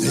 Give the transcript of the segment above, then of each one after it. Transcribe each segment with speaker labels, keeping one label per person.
Speaker 1: des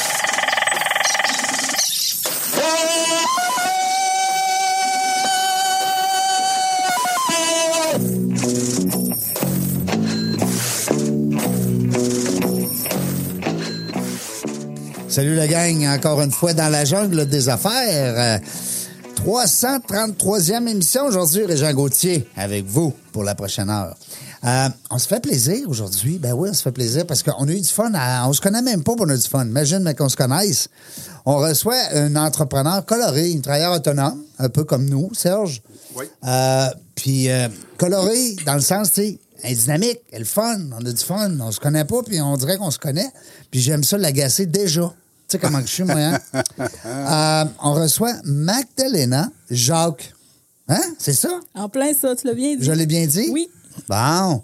Speaker 2: Salut le gang, encore une fois dans la jungle des affaires. Euh, 333e émission aujourd'hui, Régent Gauthier, avec vous pour la prochaine heure. Euh, on se fait plaisir aujourd'hui. Ben oui, on se fait plaisir parce qu'on a eu du fun. À, on se connaît même pas, mais on a eu du fun. Imagine mais qu'on se connaisse. On reçoit un entrepreneur coloré, une travailleur autonome, un peu comme nous, Serge.
Speaker 3: Oui.
Speaker 2: Euh, puis coloré dans le sens, tu sais, elle est dynamique, elle est fun, on a du fun, on se connaît pas, puis on dirait qu'on se connaît. Puis j'aime ça l'agacer déjà. Tu sais comment que je suis, moi. Hein? Euh, on reçoit Magdalena Jacques. Hein? C'est ça?
Speaker 4: En plein ça, tu l'as bien dit.
Speaker 2: Je l'ai bien dit?
Speaker 4: Oui.
Speaker 2: Bon.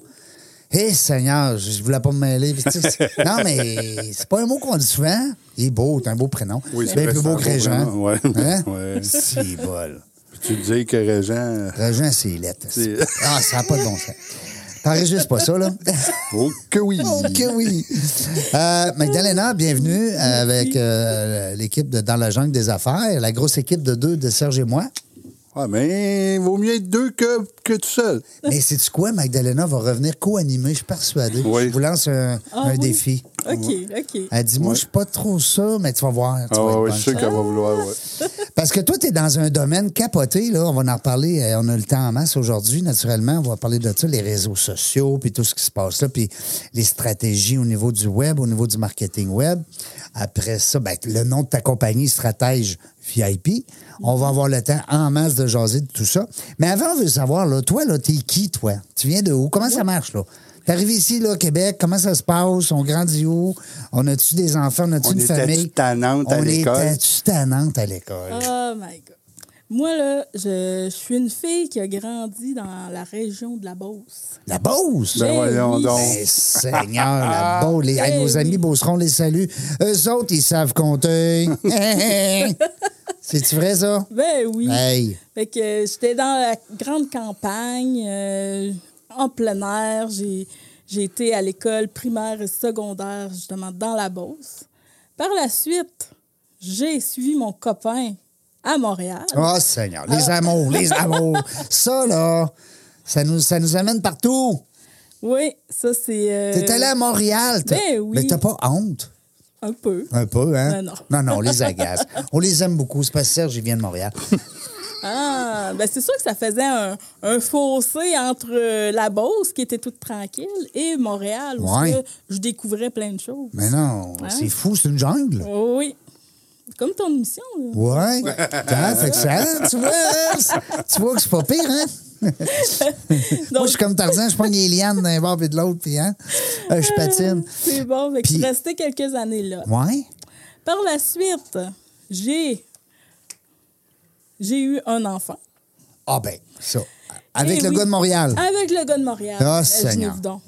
Speaker 2: Hé, hey, Seigneur, je voulais pas me mêler. Puis, tu sais, non, mais c'est pas un mot qu'on dit souvent. Il est beau, t'as un beau prénom.
Speaker 3: Oui,
Speaker 2: c'est bien plus beau que Régent.
Speaker 3: Oui.
Speaker 2: Hein?
Speaker 3: Ouais.
Speaker 2: Si, bol.
Speaker 3: Tu disais que Régent.
Speaker 2: Régent, c'est lettre.
Speaker 3: C'est-
Speaker 2: Ah, ça n'a pas de bon sens. T'enregistres pas ça, là?
Speaker 3: Oh, que oui!
Speaker 2: Ok, oui. Euh, Magdalena, bienvenue avec euh, l'équipe de Dans la jungle des affaires, la grosse équipe de deux de Serge et moi.
Speaker 3: Ah, mais vaut mieux être deux que, que tout seul.
Speaker 2: Mais sais-tu quoi? Magdalena va revenir co-animée, je suis persuadé.
Speaker 3: Oui.
Speaker 2: Je vous lance un,
Speaker 4: Ah
Speaker 2: un
Speaker 4: oui.
Speaker 2: défi.
Speaker 4: OK, OK.
Speaker 2: Elle dit, moi,
Speaker 3: Ouais.
Speaker 2: je suis pas trop ça, mais tu vas voir. tu vas
Speaker 3: Ah,
Speaker 2: être
Speaker 3: ouais, ouais,
Speaker 2: bonne.
Speaker 3: je suis sûr qu'elle va vouloir. Ouais.
Speaker 2: Parce que toi, tu es dans un domaine capoté, là. On va en reparler. euh, On a le temps en masse aujourd'hui, naturellement. On va parler de ça, les réseaux sociaux, puis tout ce qui se passe là, puis les stratégies au niveau du web, au niveau du marketing web. Après ça, ben, le nom de ta compagnie, Stratège VIP. On va avoir le temps en masse de jaser de tout ça. Mais avant, on veut savoir, là, toi, là, t'es qui, toi? Tu viens de où? Comment ça marche, là? T'es arrivé ici, là, au Québec, comment ça se passe? On grandit où? On a-tu des enfants? On a-tu
Speaker 3: On
Speaker 2: une
Speaker 3: était-tu
Speaker 2: famille?
Speaker 3: tannante à
Speaker 2: On
Speaker 3: l'école?
Speaker 2: était-tu tannante à l'école?
Speaker 4: Oh my God. Moi, là, je, je suis une fille qui a grandi dans la région de la Beauce.
Speaker 2: La Beauce!
Speaker 3: Ben,
Speaker 4: Eh
Speaker 3: voyons
Speaker 4: oui.
Speaker 3: donc.
Speaker 2: Ben, Seigneur, la Beauce. Les, hey,
Speaker 4: Eh
Speaker 2: nos
Speaker 4: oui.
Speaker 2: amis Beaucerons les saluts. Eux autres, ils savent compter. C'est-tu vrai, ça?
Speaker 4: Ben oui.
Speaker 2: Hey!
Speaker 4: Fait que euh, j'étais dans la grande campagne, euh, en plein air. J'ai, j'ai été à l'école primaire et secondaire, justement, dans la Beauce. Par la suite, j'ai suivi mon copain à Montréal.
Speaker 2: Oh, Seigneur! Les amours, les amours! Ça, là, ça nous, ça nous amène partout!
Speaker 4: Oui, ça, c'est... euh,
Speaker 2: T'es allé à Montréal! t'as-
Speaker 4: ben oui.
Speaker 2: Mais t'as pas honte?
Speaker 4: Un peu.
Speaker 2: Un peu, hein?
Speaker 4: Ben non.
Speaker 2: non, on les agace. on les aime beaucoup. C'est parce que Serge, il vient de Montréal.
Speaker 4: Ah, ben c'est sûr que ça faisait un, un fossé entre euh, la Beauce, qui était toute tranquille, et Montréal, où
Speaker 2: Ouais.
Speaker 4: ce que je découvrais plein de choses.
Speaker 2: Mais non,
Speaker 4: Hein?
Speaker 2: c'est fou, c'est une jungle.
Speaker 4: Oui. Comme ton émission, là.
Speaker 2: Ouais. T'as- fait que ça, tu vois, hein, tu vois que c'est pas pire, hein? Moi, je suis comme Tarzan, je prends les lianes d'un bord et de l'autre, puis hein, euh, je patine.
Speaker 4: C'est bon, fait que
Speaker 2: Puis-
Speaker 4: je suis restée quelques années là.
Speaker 2: Ouais.
Speaker 4: Par la suite, j'ai j'ai eu un enfant
Speaker 2: Ah ben, ça. Avec
Speaker 4: Eh
Speaker 2: le
Speaker 4: oui.
Speaker 2: gars de Montréal.
Speaker 4: avec le gars de Montréal.
Speaker 2: Ah,
Speaker 4: Euh,
Speaker 2: Seigneur.
Speaker 4: Genève donc.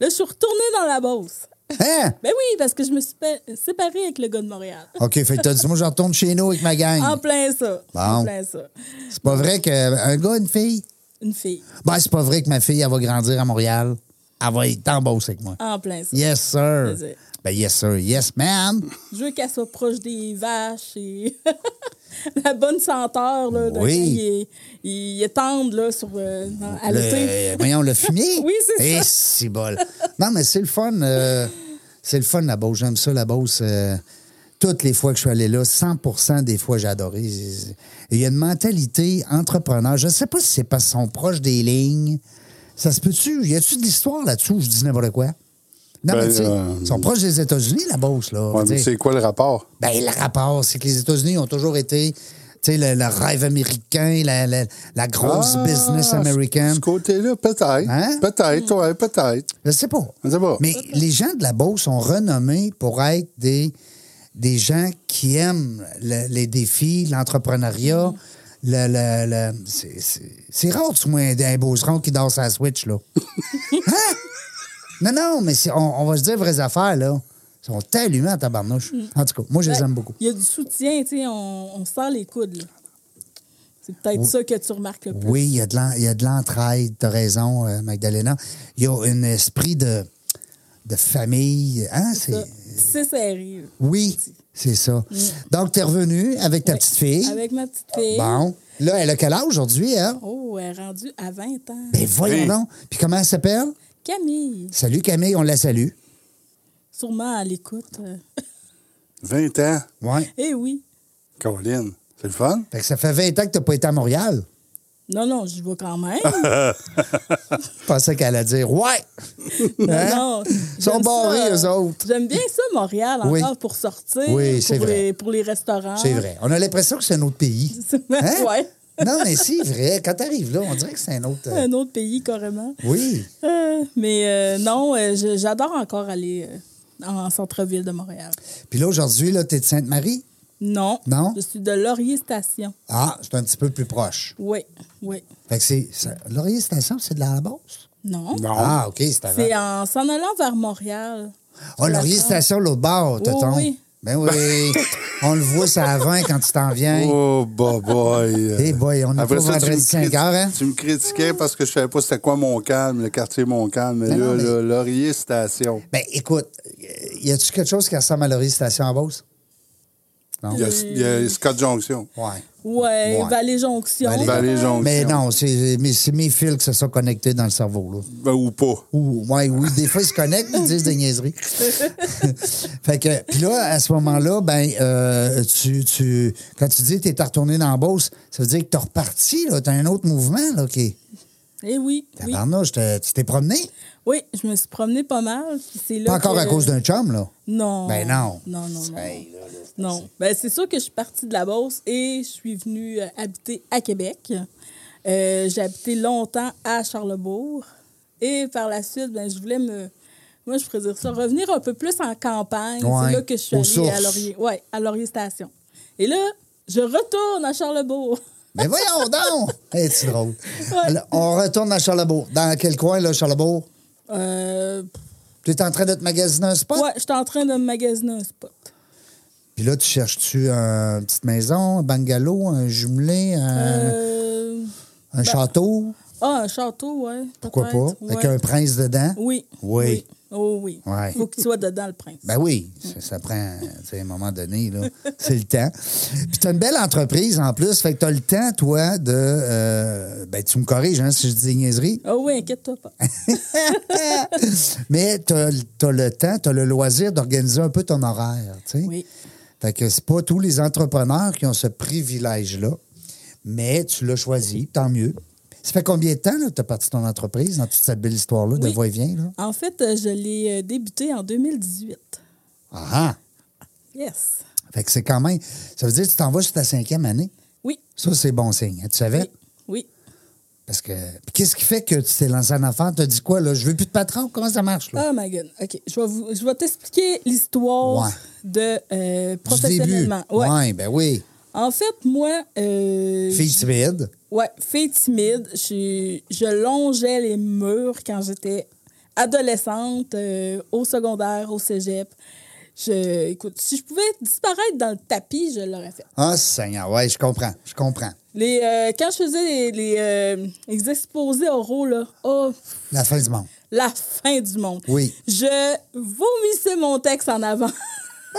Speaker 4: Là, je suis retournée dans la Beauce.
Speaker 2: Hein?
Speaker 4: Ben oui, parce que je me suis pa- séparée avec le gars de Montréal.
Speaker 2: OK, fait que t'as dit, moi, je retourne chez nous avec ma gang.
Speaker 4: En plein ça.
Speaker 2: Bon.
Speaker 4: En plein ça.
Speaker 2: C'est pas vrai qu'un gars, une fille?
Speaker 4: Une fille.
Speaker 2: Ben, c'est pas vrai que ma fille, elle va grandir à Montréal. Elle va être en Beauce avec moi.
Speaker 4: En plein ça.
Speaker 2: Yes, sir.
Speaker 4: Vas-y.
Speaker 2: Ben, yes, sir. Yes, ma'am.
Speaker 4: Je veux qu'elle soit proche des vaches et la bonne senteur. Là, de
Speaker 2: Oui.
Speaker 4: quand Il est, il est tendre là, sur, euh, dans- à l'été.
Speaker 2: Le- euh, voyons, le fumier?
Speaker 4: Oui, c'est
Speaker 2: Eh,
Speaker 4: ça.
Speaker 2: c'est bol. Non, mais c'est le fun. euh, c'est le fun, la Beauce. J'aime ça, la Beauce. euh, toutes les fois que je suis allé là, 100 des fois, j'ai adoré. Et Il y a une mentalité entrepreneur. Je ne sais pas si c'est parce qu'ils sont proches des lignes. Ça se peut-tu? Y a-tu de l'histoire là-dessous? où Je dis n'importe quoi. Non,
Speaker 3: Ben,
Speaker 2: mais tu sais,
Speaker 3: euh,
Speaker 2: ils sont proches des États-Unis, la Beauce, là.
Speaker 3: Ouais,
Speaker 2: Je veux
Speaker 3: mais
Speaker 2: dire.
Speaker 3: c'est quoi le rapport?
Speaker 2: Ben, le rapport, c'est que les États-Unis ont toujours été tu sais, le, le rêve américain, la, la- la grosse
Speaker 3: Ah,
Speaker 2: business américaine.
Speaker 3: Ce côté-là, peut-être.
Speaker 2: Hein?
Speaker 3: Peut-être, ouais, peut-être.
Speaker 2: Je sais pas.
Speaker 3: Je sais pas.
Speaker 2: Mais les gens de la Beauce sont renommés pour être des des gens qui aiment le- les défis, l'entrepreneuriat.
Speaker 4: Mm-hmm.
Speaker 2: Le, le- le- c'est- c'est- c'est rare, tu moins d'un beauceron qui danse à la Switch, là. Hein? Non, non, mais c'est- on, on va se dire vraies affaires, là. Ils sont allumés à tabarnouche. En tout cas, moi, je les
Speaker 4: Mm. Ouais.
Speaker 2: aime beaucoup.
Speaker 4: Il y a du soutien, tu sais, on, on serre les coudes. là. C'est peut-être
Speaker 2: Oui.
Speaker 4: ça que tu remarques le plus.
Speaker 2: Oui, il y a de l'en- il y a de l'entraide, t'as raison, euh, Magdalena. Il y a un esprit de, de famille. Hein?
Speaker 4: Ça,
Speaker 2: c'est-
Speaker 4: C'est serré. là.
Speaker 2: Oui, c'est ça. Donc, t'es revenu avec ta
Speaker 4: Ouais.
Speaker 2: petite fille.
Speaker 4: Mm. Avec ma petite fille.
Speaker 2: Bon. Là, elle a quel âge aujourd'hui, hein?
Speaker 4: Oh, elle est rendue à 20 ans.
Speaker 2: Ben voyons
Speaker 3: Oui.
Speaker 2: donc. Puis comment elle s'appelle?
Speaker 4: Camille,
Speaker 2: Salut Camille, on la salue.
Speaker 4: sûrement à l'écoute. euh.
Speaker 3: 20 ans,
Speaker 2: Ouais.
Speaker 4: Eh oui.
Speaker 3: Caroline. C'est le fun?
Speaker 2: Fait que ça fait 20 ans que t'as pas été à Montréal.
Speaker 4: Non, non, j'y vais quand même.
Speaker 2: Je pensais qu'elle allait dire Ouais! Hein?
Speaker 4: Non, non.
Speaker 2: Ils sont
Speaker 4: j'aime
Speaker 2: barrés,
Speaker 4: ça,
Speaker 2: eux
Speaker 4: euh,
Speaker 2: autres.
Speaker 4: J'aime bien ça, Montréal, encore
Speaker 2: Oui.
Speaker 4: pour sortir,
Speaker 2: Oui, c'est
Speaker 4: pour,
Speaker 2: vrai.
Speaker 4: les, pour les restaurants.
Speaker 2: C'est vrai. On a l'impression que c'est un autre pays. Hein?
Speaker 4: Ah. Ouais.
Speaker 2: Non, mais c'est vrai. Quand t'arrives là, on dirait que c'est un autre. euh,
Speaker 4: Un autre pays, carrément.
Speaker 2: Oui.
Speaker 4: Euh, mais euh, non, euh, je- j'adore encore aller euh, en centre-ville de Montréal.
Speaker 2: Puis là, aujourd'hui, là, t'es de Sainte-Marie?
Speaker 4: Non.
Speaker 2: Non?
Speaker 4: Je suis de Laurier Station.
Speaker 2: Ah, c'est un petit peu plus proche.
Speaker 4: Oui, oui.
Speaker 2: Fait que c'est. ça- Laurier Station, c'est de la Beauce?
Speaker 4: Non.
Speaker 3: Non.
Speaker 2: Ah, OK, c'est avant.
Speaker 4: C'est en s'en allant vers Montréal.
Speaker 2: Ah, Laurier
Speaker 4: Station.
Speaker 2: Station, l'autre bord,
Speaker 4: Oui,
Speaker 2: tonton.
Speaker 4: Oh, oui.
Speaker 2: Ben oui. on le voit, ça avant quand tu t'en viens.
Speaker 3: Oh, bah, boy.
Speaker 2: Eh boy, on est
Speaker 3: Après
Speaker 2: pas
Speaker 3: ça, tu
Speaker 2: vendredi
Speaker 3: me
Speaker 2: 5
Speaker 3: criti-
Speaker 2: heures, hein?
Speaker 3: Tu me critiquais parce que je savais pas c'était quoi mon calme, le quartier mon calme. Mais
Speaker 2: Mais
Speaker 3: là,
Speaker 2: Ben non, mais-
Speaker 3: là, Laurier Station.
Speaker 2: Ben écoute, euh, y a-tu quelque chose qui ressemble à Laurier Station à Beauce?
Speaker 3: Il y, a, il y a Scott Junction.
Speaker 2: Ouais.
Speaker 4: Ouais,
Speaker 2: Ouais.
Speaker 4: Vallée-Jonction.
Speaker 2: Vallée-
Speaker 3: Vallée-Jonction.
Speaker 2: Mais non, c'est mais c'est mes fils qui se sont connectés dans le cerveau, là.
Speaker 3: Ben, ou pas.
Speaker 2: Ou, ouais, oui, des fois, ils se connectent, mais ils disent des niaiseries. fait que, puis là, à ce moment-là, ben, euh, tu, tu, quand tu dis que t'es retourné dans la Beauce, ça veut dire que t'es reparti, là, t'as un autre mouvement, là, qui est-
Speaker 4: Eh oui, oui.
Speaker 2: Tabarnouche, t'es- tu t'es promené?
Speaker 4: Oui, je me suis promenée pas mal. puis c'est là
Speaker 2: Pas encore
Speaker 4: que-
Speaker 2: à cause d'un chum, là.
Speaker 4: Non.
Speaker 2: Ben non.
Speaker 4: Non, non, non. non. Ben, c'est sûr que je suis partie de la Beauce et je suis venue euh, habiter à Québec. Euh, j'ai habité longtemps à Charlebourg. Et par la suite, ben, je voulais me. Moi, je pourrais dire ça. Revenir un peu plus en campagne.
Speaker 2: Ouais.
Speaker 4: C'est là que je suis
Speaker 2: Aux
Speaker 4: allée à
Speaker 2: sources.
Speaker 4: Laurier. Ouais, à Laurier Station. Et là, je retourne à Charlebourg.
Speaker 2: Mais voyons donc! Hey, c'est drôle. Alors, on retourne à Charlebourg. Dans quel coin, là, Charlebourg?
Speaker 4: Euh,
Speaker 2: Tu es en train de te magasiner un spot?
Speaker 4: ouais, je suis en train de me magasiner un spot.
Speaker 2: Puis là, tu cherches-tu un- une petite maison, un bungalow, un jumelé, un,
Speaker 4: Euh,
Speaker 2: un château?
Speaker 4: Ah, un château, ouais.
Speaker 2: Pourquoi pas?
Speaker 4: peut-être,
Speaker 2: Avec
Speaker 4: ouais.
Speaker 2: un prince dedans?
Speaker 4: Oui.
Speaker 2: Oui.
Speaker 4: Oh oui.
Speaker 2: Ouais.
Speaker 4: Faut que tu sois dedans, le prince.
Speaker 2: Ben oui, ça, ça prend, tu sais, à un moment donné, là, c'est le temps. Puis t'as une belle entreprise en plus, fait que t'as le temps, toi, de... euh, ben, tu me corriges, hein, si je dis des niaiseries,
Speaker 4: Ah oui, inquiète-toi pas.
Speaker 2: mais t'as as le temps, t'as le loisir d'organiser un peu ton horaire, tu sais.
Speaker 4: Oui.
Speaker 2: Fait que c'est pas tous les entrepreneurs qui ont ce privilège-là, mais tu l'as choisi, tant mieux. Ça fait combien de temps, là, que t'as parti ton entreprise dans toute cette belle histoire-là de
Speaker 4: Oui.
Speaker 2: va-et-vient, là?
Speaker 4: En fait, euh, je l'ai euh, débuté en 2018.
Speaker 2: Ah ah!
Speaker 4: Yes.
Speaker 2: Fait que c'est quand même. Ça veut dire que tu t'en vas sur ta cinquième année.
Speaker 4: Oui.
Speaker 2: Ça, c'est bon signe. hein, Tu savais?
Speaker 4: Oui. Oui.
Speaker 2: Parce que. Puis Qu'est-ce qui fait que tu t'es lancé en affaires? Tu as dit quoi, là? Je veux plus de patron? Comment ça marche, là?
Speaker 4: Oh my God. OK. Je vais, vous- je vais t'expliquer l'histoire
Speaker 2: Ouais.
Speaker 4: de euh,
Speaker 2: Du début.
Speaker 4: professionnellement. Ouais.
Speaker 2: Ouais, ben oui.
Speaker 4: En fait, moi. Euh,
Speaker 2: Fille timide.
Speaker 4: Ouais, fille timide. Je, suis- je longeais les murs quand j'étais adolescente, euh, au secondaire, au cégep. Je, écoute, si je pouvais disparaître dans le tapis, je l'aurais fait.
Speaker 2: Ah, Seigneur. Ouais, je comprends. Je comprends.
Speaker 4: Les, euh, quand je faisais les, les, euh, les exposés oraux, là, oh,
Speaker 2: La fin du monde.
Speaker 4: la fin du monde.
Speaker 2: Oui.
Speaker 4: Je vomissais mon texte en avant.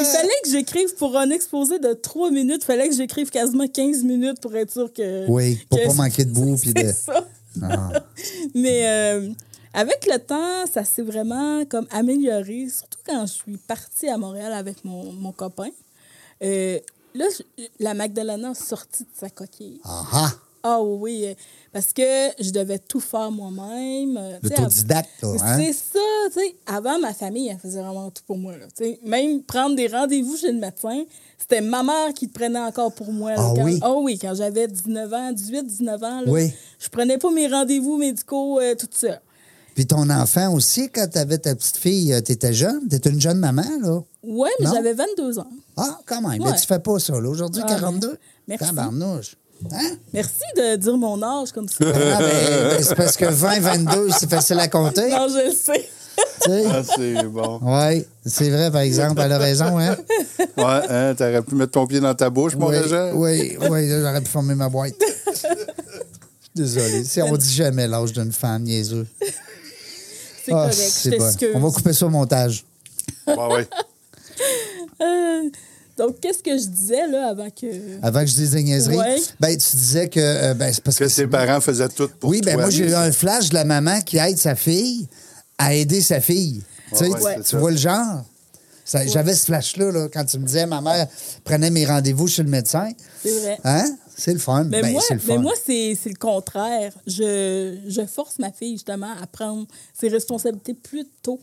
Speaker 4: Il fallait que j'écrive pour un exposé de 3 minutes. Il fallait que j'écrive quasiment 15 minutes pour être sûr que.
Speaker 2: Oui, pour
Speaker 4: que-
Speaker 2: pas manquer de bout, puis de-
Speaker 4: C'est ça.
Speaker 2: Ah.
Speaker 4: Mais euh, avec le temps, ça s'est vraiment comme amélioré, surtout quand je suis partie à Montréal avec mon, mon copain. Euh, là, je- la Magdalena a sorti de sa coquille.
Speaker 2: Ah ah.
Speaker 4: Ah oui, euh, parce que je devais tout faire moi-même. euh, tu sais,
Speaker 2: L'autodidacte,
Speaker 4: av-
Speaker 2: là, hein?
Speaker 4: C'est ça, tu sais. Avant, ma famille, elle faisait vraiment tout pour moi. là, tu sais. Même prendre des rendez-vous chez le médecin, c'était ma mère qui te prenait encore pour moi. là,
Speaker 2: Ah
Speaker 4: quand,
Speaker 2: oui?
Speaker 4: oui, quand j'avais 19 ans, 18, 19 ans, là,
Speaker 2: Oui.
Speaker 4: je prenais pas mes rendez-vous médicaux euh, toute seule.
Speaker 2: Puis ton enfant aussi, quand tu avais ta petite fille, tu étais jeune, tu étais une jeune maman, là.
Speaker 4: Oui, mais
Speaker 2: Non?
Speaker 4: j'avais 22 ans.
Speaker 2: Ah, quand même. Mais
Speaker 4: Ouais.
Speaker 2: tu fais pas ça, là. Aujourd'hui,
Speaker 4: Ah,
Speaker 2: 42.
Speaker 4: merci.
Speaker 2: Tabarnouche. Hein?
Speaker 4: Merci de dire mon âge comme ça.
Speaker 2: Ah, ben, ben, c'est parce que 20, 22, c'est facile à compter.
Speaker 4: non, je le sais.
Speaker 2: tu sais.
Speaker 3: Ah, c'est bon.
Speaker 2: Oui, c'est vrai, par exemple. Elle a raison, hein?
Speaker 3: Ouais, hein, t'aurais pu mettre ton pied dans ta bouche, mon
Speaker 2: oui,
Speaker 3: Régent.
Speaker 2: oui, oui, là, j'aurais pu former ma boîte. Je suis Désolé. Si on dit jamais l'âge d'une femme, niaiseux.
Speaker 4: C'est
Speaker 2: Ah,
Speaker 4: correct, je
Speaker 2: c'est bon.
Speaker 4: t'excuse.
Speaker 2: On va couper ça au montage.
Speaker 3: Ouais, ouais.
Speaker 4: Euh, donc, qu'est-ce que je disais là avant que.
Speaker 2: Avant que je dise des niaiseries,
Speaker 4: Ouais.
Speaker 2: ben, tu disais que. euh, ben, c'est parce
Speaker 3: Que ses parents faisaient tout pour
Speaker 2: Oui, ben
Speaker 3: toi.
Speaker 2: moi, j'ai eu un flash de la maman qui aide sa fille à aider sa fille. Tu sais,
Speaker 3: Ouais, ouais, c'est
Speaker 2: tu
Speaker 3: ça.
Speaker 2: vois le genre? Ça- J'avais ce flash-là là, quand tu me disais ma mère prenait mes rendez-vous chez le médecin.
Speaker 4: C'est vrai.
Speaker 2: Hein? C'est le fun.
Speaker 4: Mais
Speaker 2: Ben,
Speaker 4: moi,
Speaker 2: c'est le
Speaker 4: mais
Speaker 2: fun.
Speaker 4: moi, c'est c'est le contraire. Je, je force ma fille justement à prendre ses responsabilités plus tôt.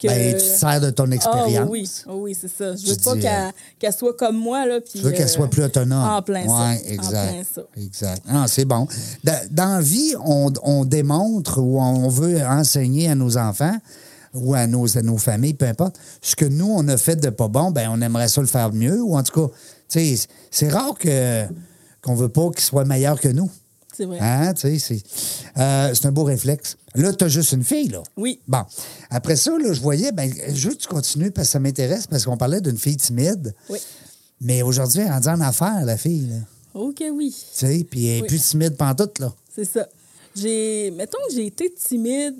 Speaker 4: Que...
Speaker 2: Ben, tu te sers de ton
Speaker 4: Ah
Speaker 2: expérience.
Speaker 4: oui, ah oui c'est ça. Je
Speaker 2: Je
Speaker 4: veux pas
Speaker 2: dis, euh,
Speaker 4: qu'elle qu'elle soit comme moi. Là, puis,
Speaker 2: Tu veux qu'elle
Speaker 4: euh,
Speaker 2: soit plus autonome.
Speaker 4: En plein ça.
Speaker 2: Ouais, exact.
Speaker 4: En plein ça.
Speaker 2: Exact. Ah, c'est bon. Da- Dans la vie, on, on démontre ou on veut enseigner à nos enfants ou à nos, à nos familles, peu importe, ce que nous, on a fait de pas bon, ben on aimerait ça le faire mieux. Ou en tout cas, tu sais, c'est rare que qu'on veut pas qu'ils soient meilleurs que nous.
Speaker 4: C'est vrai.
Speaker 2: Hein, tu sais, c'est euh, c'est un beau réflexe. Là, tu as juste une fille, là.
Speaker 4: Oui.
Speaker 2: Bon. Après ça, là, je voyais, ben, je veux que tu continues parce que ça m'intéresse, parce qu'on parlait d'une fille timide.
Speaker 4: Oui.
Speaker 2: Mais aujourd'hui, elle est rendue en affaires, la fille, là.
Speaker 4: OK, oui.
Speaker 2: Tu sais, puis elle est
Speaker 4: Oui.
Speaker 2: plus timide pantoute, là.
Speaker 4: C'est ça. J'ai, mettons que j'ai été timide,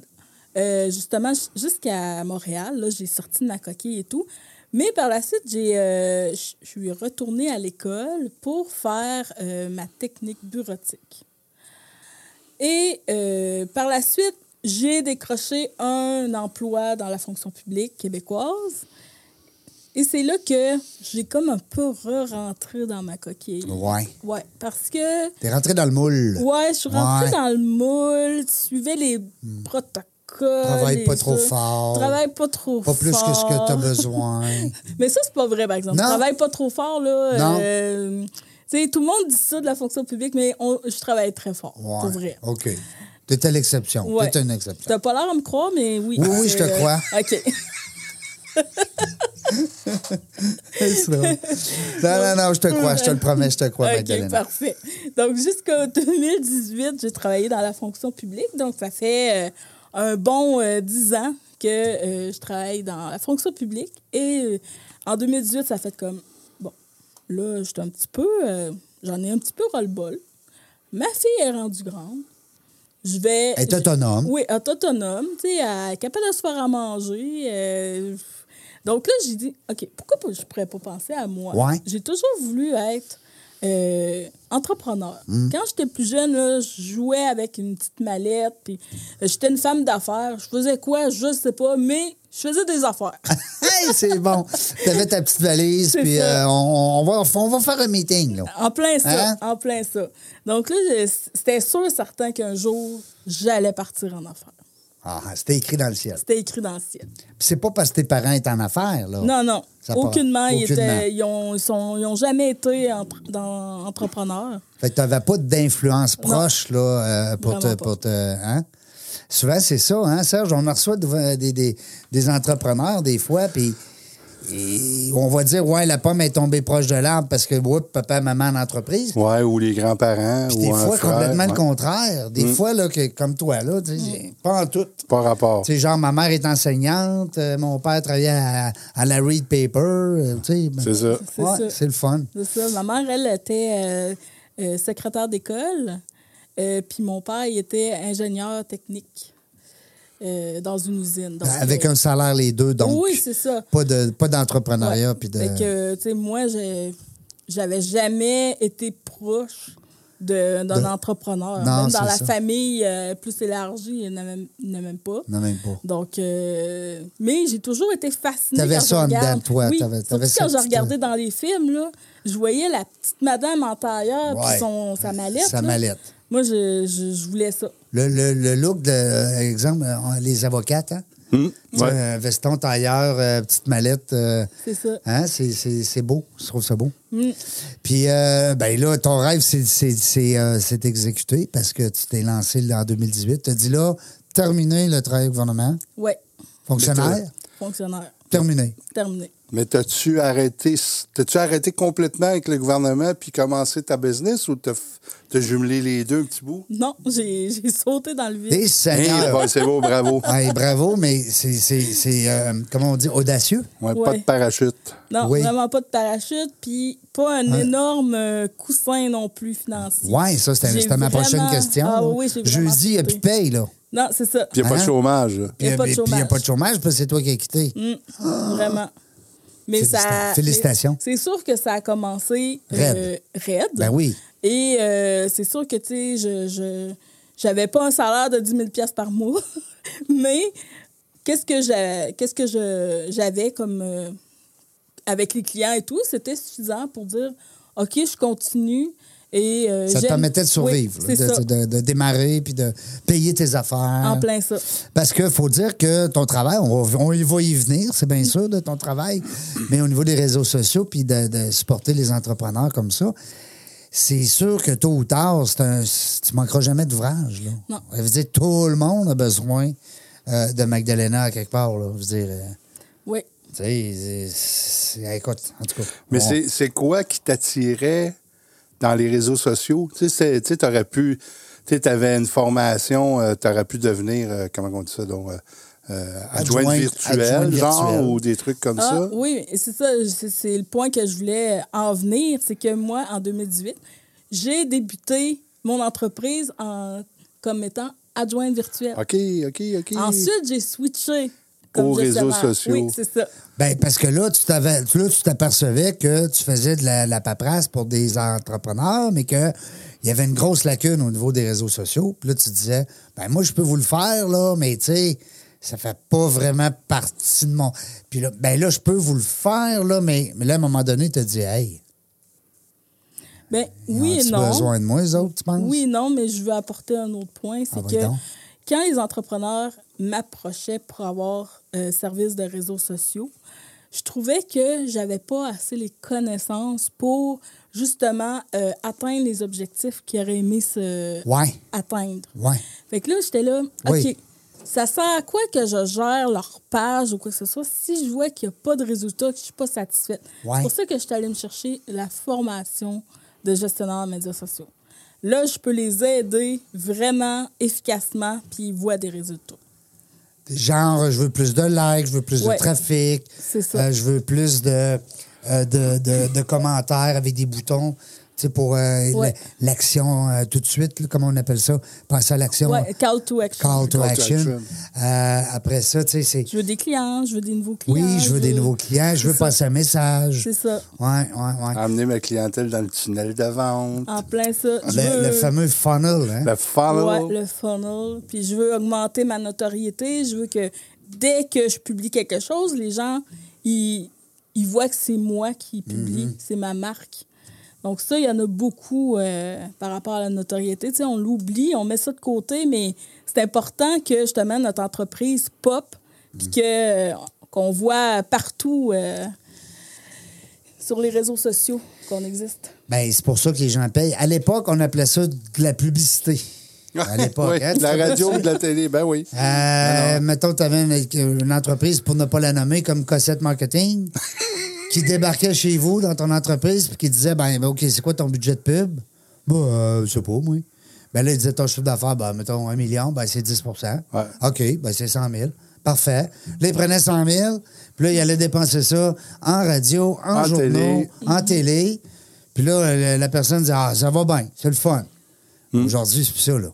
Speaker 4: euh, justement, j- jusqu'à Montréal. Là, j'ai sorti de ma coquille et tout. Mais par la suite, j'ai, euh, j- je suis retournée à l'école pour faire euh, ma technique bureautique. Et euh, par la suite, j'ai décroché un emploi dans la fonction publique québécoise. Et c'est là que j'ai comme un peu re-rentré dans ma coquille.
Speaker 2: Ouais.
Speaker 4: Ouais, parce que
Speaker 2: T'es rentré dans le moule.
Speaker 4: Ouais, je suis rentrée
Speaker 2: Ouais. Hmm.
Speaker 4: dans le moule, tu suivais les protocoles.
Speaker 2: Travaille
Speaker 4: les
Speaker 2: pas trop
Speaker 4: trucs.
Speaker 2: fort.
Speaker 4: Travaille pas trop
Speaker 2: Pas
Speaker 4: fort.
Speaker 2: plus que ce que t'as besoin.
Speaker 4: Mais ça, c'est pas vrai, par exemple.
Speaker 2: Non.
Speaker 4: Travaille pas trop fort, là.
Speaker 2: Non.
Speaker 4: euh, tu sais, tout le monde dit ça de la fonction publique, mais on- je travaille très fort,
Speaker 2: Ouais.
Speaker 4: pour vrai.
Speaker 2: OK. T'es l'exception.
Speaker 4: Ouais.
Speaker 2: T'es une exception.
Speaker 4: T'as pas l'air à me croire, mais oui.
Speaker 2: Oui, oui, je te
Speaker 4: Euh,
Speaker 2: crois.
Speaker 4: OK.
Speaker 2: C'est drôle. non, non, non, je te crois. Je te le promets, je te crois,
Speaker 4: OK,
Speaker 2: Magdalena.
Speaker 4: parfait. Donc, jusqu'en 2018, j'ai travaillé dans la fonction publique. Donc, ça fait euh, un bon euh, 10 ans que euh, je travaille dans la fonction publique. Et euh, en 2018, ça fait comme, bon, là, j'étais un petit peu, euh, j'en ai un petit peu ras-le-bol. Ma fille est rendue grande. Je vais.
Speaker 2: Elle est autonome.
Speaker 4: Oui, elle est autonome, tu sais, elle est capable de se faire à manger. euh, Donc là, j'ai dit, OK, pourquoi pas- je pourrais pas penser à moi?
Speaker 2: Ouais.
Speaker 4: J'ai toujours voulu être euh, entrepreneur.
Speaker 2: Hmm.
Speaker 4: Quand j'étais plus jeune, là, je jouais avec une petite mallette, puis euh, j'étais une femme d'affaires. Je faisais quoi? Je sais pas, mais je faisais des affaires.
Speaker 2: Hey, c'est bon. T'avais ta petite valise,
Speaker 4: C'est
Speaker 2: puis
Speaker 4: ça.
Speaker 2: euh, on, on va, on va faire un meeting, là.
Speaker 4: En plein ça,
Speaker 2: Hein?
Speaker 4: en plein ça. Donc là, je- c'était sûr et certain qu'un jour, j'allais partir en affaires.
Speaker 2: Ah, c'était écrit dans le ciel.
Speaker 4: C'était écrit dans le ciel.
Speaker 2: Puis c'est pas parce que tes parents étaient en affaires, là.
Speaker 4: Non, non.
Speaker 2: Ça part.
Speaker 4: Aucunement, ils
Speaker 2: Aucunement.
Speaker 4: étaient- ils n'ont jamais été entre- dans, entrepreneurs.
Speaker 2: Fait que tu n'avais pas d'influence proche là, euh, pour, te,
Speaker 4: Vraiment pas.
Speaker 2: pour te. hein? Souvent, c'est ça, hein, Serge? On en reçoit de- des, des- des entrepreneurs des fois, puis et on va dire Ouais, la pomme est tombée proche de l'arbre parce que whoop, papa, maman en entreprise.
Speaker 3: Ouais, ou les grands-parents.
Speaker 2: Puis
Speaker 3: ou
Speaker 2: des
Speaker 3: un
Speaker 2: fois,
Speaker 3: frère,
Speaker 2: complètement le
Speaker 3: ouais. Mm.
Speaker 2: contraire. Des fois, là, que, comme toi, là,
Speaker 4: Mm.
Speaker 2: tu sais, j'ai- pas en tout.
Speaker 3: Pas rapport.
Speaker 2: Tu sais, genre, ma mère est enseignante, euh, mon père travaillait à, à la Read Paper. euh, tu sais, ben,
Speaker 3: C'est ça.
Speaker 4: C'est
Speaker 2: ouais,
Speaker 4: ça.
Speaker 2: c'est le fun.
Speaker 4: C'est ça. Ma mère, elle, était euh, euh, secrétaire d'école. Euh, Puis mon père, il était ingénieur technique euh, dans une usine. Donc,
Speaker 2: Ah, Avec
Speaker 4: euh,
Speaker 2: un salaire, les deux, donc.
Speaker 4: Oui, c'est ça.
Speaker 2: Pas de pas d'entrepreneuriat
Speaker 4: Ouais.
Speaker 2: puis de
Speaker 4: Fait que, tu sais, moi, j'ai- j'avais jamais été proche de- d'un
Speaker 2: De-
Speaker 4: entrepreneur.
Speaker 2: Non,
Speaker 4: même
Speaker 2: c'est
Speaker 4: dans la
Speaker 2: ça.
Speaker 4: famille euh, plus élargie, il n'y en a même- il n'y en a même pas.
Speaker 2: non même pas.
Speaker 4: Donc, euh, mais j'ai toujours été fascinée.
Speaker 2: T'avais
Speaker 4: quand
Speaker 2: ça en
Speaker 4: je
Speaker 2: dedans,
Speaker 4: regarde-
Speaker 2: toi,
Speaker 4: Oui,
Speaker 2: t'avais- t'avais euh,
Speaker 4: surtout quand
Speaker 2: ça,
Speaker 4: je
Speaker 2: tu te-
Speaker 4: regardais dans les films, là, je voyais la petite madame en tailleur
Speaker 2: Ouais.
Speaker 4: Ah, puis son, sa mallette.
Speaker 2: Sa
Speaker 4: là.
Speaker 2: mallette.
Speaker 4: Moi, je, je, je voulais ça.
Speaker 2: Le, le- le look de euh, exemple euh, les avocates hein. Tu sais,
Speaker 3: ouais.
Speaker 2: un veston tailleur, euh, petite mallette euh,
Speaker 4: C'est ça.
Speaker 2: hein, c'est- c'est c'est beau, je trouve ça beau.
Speaker 4: Mm.
Speaker 2: Puis euh, ben là ton rêve c'est- c'est c'est, euh, c'est exécuté parce que tu t'es lancé en 2018, tu as dit là terminé le travail au gouvernement.
Speaker 4: Oui,
Speaker 2: Fonctionnaire,
Speaker 4: fonctionnaire.
Speaker 2: terminé.
Speaker 4: Terminé.
Speaker 3: Mais t'as-tu arrêté, t'as-tu arrêté complètement avec le gouvernement puis commencé ta business ou t'as, f- t'as jumelé les deux un petit bout?
Speaker 4: Non, j'ai j'ai sauté dans le vide.
Speaker 2: Et
Speaker 3: Hey,
Speaker 2: seigneur!
Speaker 3: bon, c'est beau, bravo.
Speaker 2: Hey, bravo, mais c'est, c'est, c'est, euh, comment on dit, audacieux.
Speaker 3: Ouais, Pas
Speaker 4: Ouais.
Speaker 3: de parachute.
Speaker 4: Non,
Speaker 2: Oui.
Speaker 4: vraiment pas de parachute, puis pas un énorme euh, coussin non plus financier.
Speaker 2: Ouais, ça, c'était,
Speaker 4: J'ai
Speaker 2: c'était ma prochaine
Speaker 4: vraiment-
Speaker 2: question.
Speaker 4: Ah
Speaker 2: là.
Speaker 4: oui, j'ai vraiment
Speaker 2: Jeudi, il n'y a plus de
Speaker 4: sauté.
Speaker 2: paye, là.
Speaker 4: Non, c'est ça.
Speaker 3: Puis il n'y a pas
Speaker 2: Hein?
Speaker 3: de chômage. là.
Speaker 4: Il y a pas
Speaker 2: Puis
Speaker 4: de
Speaker 2: il n'y a
Speaker 4: chômage.
Speaker 2: pas de chômage parce que c'est toi qui as quitté.
Speaker 4: Mm, Vraiment. Mais
Speaker 2: Félicita-
Speaker 4: ça.
Speaker 2: félicitations.
Speaker 4: mais C'est sûr que ça a commencé euh,
Speaker 2: Raide.
Speaker 4: raide.
Speaker 2: Ben oui.
Speaker 4: Et euh, c'est sûr que, tu sais, je, je, j'avais pas un salaire de 10 000 piastres par mois, mais qu'est-ce que, j'a- qu'est-ce que je, j'avais comme. euh, avec les clients et tout, c'était suffisant pour dire OK, je continue. Et, euh,
Speaker 2: Ça te
Speaker 4: j'aime-
Speaker 2: permettait de survivre, là,
Speaker 4: Oui, c'est ça.
Speaker 2: de, de- de démarrer puis de payer tes affaires.
Speaker 4: En plein ça.
Speaker 2: Parce qu'il faut dire que ton travail, on, va- on y va y venir, c'est bien sûr, de ton travail, mais au niveau des réseaux sociaux, puis de, de supporter les entrepreneurs comme ça, c'est sûr que tôt ou tard, c'est un- c'est- tu manqueras jamais d'ouvrage. là.
Speaker 4: Non.
Speaker 2: Ça veut dire tout le monde a besoin euh, de Magdalena à quelque part. Là. Je veux dire, euh,
Speaker 4: Oui.
Speaker 2: tu sais, c'est- c'est- écoute, en tout cas.
Speaker 3: Mais
Speaker 2: on-
Speaker 3: c'est, c'est quoi qui t'attirait dans les réseaux sociaux? Tu sais, c'est- tu sais, t'aurais pu. Tu sais, t'avais une formation, euh, t'aurais pu devenir, euh, comment on dit ça, donc, euh, euh, adjointe,
Speaker 2: Adjointe-
Speaker 3: virtuelle,
Speaker 2: adjointe
Speaker 3: genre,
Speaker 2: virtuelle.
Speaker 3: ou des trucs comme
Speaker 4: Ah,
Speaker 3: ça.
Speaker 4: Oui, c'est ça. C'est, c'est le point que je voulais en venir. C'est que moi, en 2018, j'ai débuté mon entreprise en, comme étant adjointe virtuelle.
Speaker 3: OK, OK, OK.
Speaker 4: Ensuite, j'ai switché. comme
Speaker 3: Aux réseaux
Speaker 4: gestionnaire.
Speaker 3: sociaux.
Speaker 4: Oui, c'est ça.
Speaker 2: Ben, parce que là, tu t'avais, là, tu t'apercevais que tu faisais de la, la paperasse pour des entrepreneurs, mais que il y avait une grosse lacune au niveau des réseaux sociaux. Puis là, tu disais, ben moi, je peux vous le faire, là, mais tu sais, ça fait pas vraiment partie de mon. Puis là, ben là, je peux vous le faire, là, mais, mais là, à un moment donné, tu te dis, hey,
Speaker 4: Ben, oui et
Speaker 2: Ah, as-tu
Speaker 4: non.
Speaker 2: besoin de moi, les autres, tu penses?
Speaker 4: Oui et non, mais je veux apporter un autre point. C'est
Speaker 2: Ah, vas-y
Speaker 4: que
Speaker 2: donc.
Speaker 4: quand les entrepreneurs m'approchaient pour avoir euh, service de réseaux sociaux, je trouvais que j'avais pas assez les connaissances pour justement euh, atteindre les objectifs qu'ils auraient aimé se
Speaker 2: Ouais,
Speaker 4: atteindre.
Speaker 2: ouais.
Speaker 4: Fait que là, j'étais là, OK,
Speaker 2: Oui.
Speaker 4: ça sert à quoi que je gère leur page ou quoi que ce soit si je vois qu'il n'y a pas de résultat, que je ne suis pas satisfaite?
Speaker 2: Ouais.
Speaker 4: C'est pour ça que je suis allée me chercher la formation de gestionnaire de médias sociaux. Là, je peux les aider vraiment, efficacement, puis ils voient des résultats.
Speaker 2: Genre, je veux plus de likes, je veux plus
Speaker 4: Ouais.
Speaker 2: de trafic,
Speaker 4: C'est ça.
Speaker 2: euh, je veux plus de, euh, de, de- de commentaires avec des boutons. Tu sais, pour euh, la-
Speaker 4: Ouais.
Speaker 2: l'action euh, tout de suite, là, comment on appelle ça? Passer à l'action.
Speaker 4: Ouais, call to action.
Speaker 2: Call to
Speaker 3: Call to
Speaker 2: action.
Speaker 3: action.
Speaker 2: Euh, après ça, tu sais, c'est.
Speaker 4: Je veux des clients, je veux des nouveaux clients.
Speaker 2: Oui, je veux des nouveaux clients, je veux
Speaker 4: C'est ça.
Speaker 2: passer un message.
Speaker 4: C'est ça.
Speaker 2: Ouais, ouais, ouais.
Speaker 3: Amener ma clientèle dans le tunnel de vente.
Speaker 4: En plein ça. Je
Speaker 2: Ah, Le,
Speaker 4: veux-
Speaker 2: le fameux funnel, hein?
Speaker 3: Le follow.
Speaker 4: Ouais, le funnel. Puis je veux augmenter ma notoriété. Je veux que dès que je publie quelque chose, les gens, ils, ils voient que c'est moi qui publie, c'est ma marque. Donc ça, il y en a beaucoup euh, par rapport à la notoriété. Tu sais, on l'oublie, on met ça de côté, mais c'est important que justement notre entreprise pop, puis que, euh, qu'on voit partout euh, sur les réseaux sociaux qu'on existe.
Speaker 2: Ben, c'est pour ça que les gens payent. À l'époque, on appelait ça de la publicité. À l'époque.
Speaker 3: Ouais,
Speaker 2: hein,
Speaker 3: de
Speaker 2: tu te
Speaker 3: la radio ou de la télé, ben oui.
Speaker 2: Euh, mettons, tu avais une, une entreprise, pour ne pas la nommer, comme Cossette Marketing, qui débarquait chez vous dans ton entreprise puis qui disait ben, ben, OK, c'est quoi ton budget de pub Ben, euh, je sais pas, moi. Ben là, il disait ton chiffre d'affaires, ben, mettons, un million, ben, c'est 10
Speaker 3: Ouais.
Speaker 2: OK, ben, c'est 100 000. Parfait. Là, il prenait 100 000, puis là, il allait dépenser ça en radio, en,
Speaker 3: En
Speaker 2: journaux,
Speaker 3: télé.
Speaker 2: en télé. Puis là, la, la personne dit Ah, ça va bien, c'est le fun.
Speaker 3: Hmm.
Speaker 2: Aujourd'hui, c'est plus ça, là.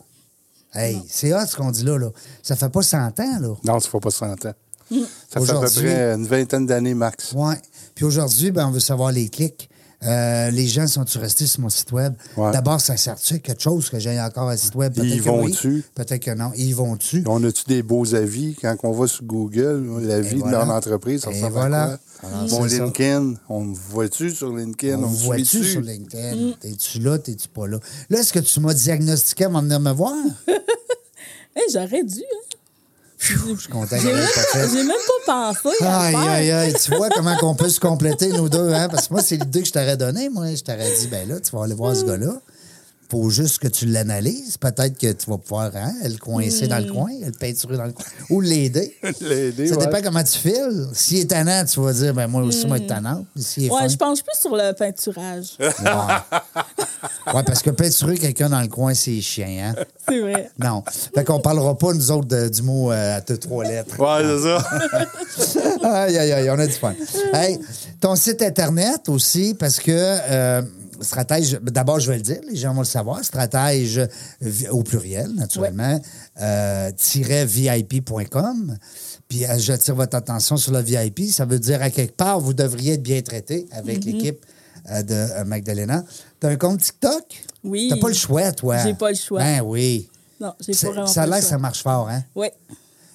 Speaker 2: Hey, c'est hot ce qu'on dit là, là. Ça fait pas 100 ans, là.
Speaker 3: Non, ça ne fait pas 100 ans. Ça fait à peu
Speaker 2: Aujourd'hui-
Speaker 3: près une vingtaine d'années max.
Speaker 2: Ouais. Puis aujourd'hui, ben, on veut savoir les clics. Euh, les gens sont-ils restés sur mon site web?
Speaker 3: Ouais.
Speaker 2: D'abord, ça sert-tu à quelque chose que j'ai encore un site web? Peut-être
Speaker 3: Ils
Speaker 2: que
Speaker 3: vont
Speaker 2: oui,
Speaker 3: dessus.
Speaker 2: Peut-être que non. Ils vont dessus.
Speaker 3: On a-tu des beaux avis quand on va sur Google, l'avis
Speaker 2: Et voilà.
Speaker 3: de l'entreprise, ça
Speaker 2: Et
Speaker 3: ressemble
Speaker 2: voilà.
Speaker 3: à
Speaker 2: Alors,
Speaker 3: quoi? Mon
Speaker 2: c'est ça.
Speaker 3: LinkedIn, on me voit-tu sur LinkedIn?
Speaker 2: On
Speaker 3: me
Speaker 2: voit tu
Speaker 3: suit-tu?
Speaker 2: sur LinkedIn? T'es-tu là? T'es-tu pas là? Là, est-ce que tu m'as diagnostiqué avant de venir me voir?
Speaker 4: Hey, j'aurais dû, hein?
Speaker 2: Pfiou, je suis content que
Speaker 4: J'ai
Speaker 2: j'avais
Speaker 4: même,
Speaker 2: pas fait.
Speaker 4: j'ai même pas pensé à le
Speaker 2: Aïe,
Speaker 4: faire.
Speaker 2: aïe, aïe. Tu vois comment on peut se compléter, nos deux, hein? Parce que moi, c'est l'idée que je t'aurais donnée, moi. Je t'aurais dit, ben là, tu vas aller voir ce gars-là. faut juste que tu l'analyses. Peut-être que tu vas pouvoir hein, le coincer dans le
Speaker 4: Mm.
Speaker 2: coin, le peinturer dans le coin, ou l'aider.
Speaker 3: L'aider,
Speaker 2: Ça
Speaker 3: ouais.
Speaker 2: dépend comment tu files. S'il est tannant, tu vas dire, ben moi aussi, moi, je suis tannant. S'il est
Speaker 4: Mm. Ouais,
Speaker 2: fin-
Speaker 4: je penche plus sur le peinturage.
Speaker 2: Ouais. Ouais, parce que peinturer quelqu'un dans le coin, c'est chiant, hein?
Speaker 4: C'est vrai.
Speaker 2: Non. Fait qu'on parlera pas, nous autres, de- du mot euh, à deux, trois lettres.
Speaker 3: Ouais, c'est ça.
Speaker 2: aïe, aïe, aïe, on a du fun. Hey, ton site Internet aussi, parce que euh, stratège, d'abord, je vais le dire, les gens vont le savoir, stratège vi- au pluriel, naturellement, euh, tiret VIP.com. Puis euh, j'attire votre attention sur le VIP. Ça veut dire, à quelque part, vous devriez être bien traité avec
Speaker 4: Mm-hmm.
Speaker 2: l'équipe euh, de euh, Magdalena. T'as un compte TikTok?
Speaker 4: Oui.
Speaker 2: T'as pas le choix, toi.
Speaker 4: J'ai pas le choix.
Speaker 2: Ben oui.
Speaker 4: Non, j'ai pas
Speaker 2: Ça
Speaker 4: vraiment
Speaker 2: ça a
Speaker 4: pas
Speaker 2: l'air
Speaker 4: le
Speaker 2: que ça
Speaker 4: choix.
Speaker 2: marche fort, hein?
Speaker 4: Oui.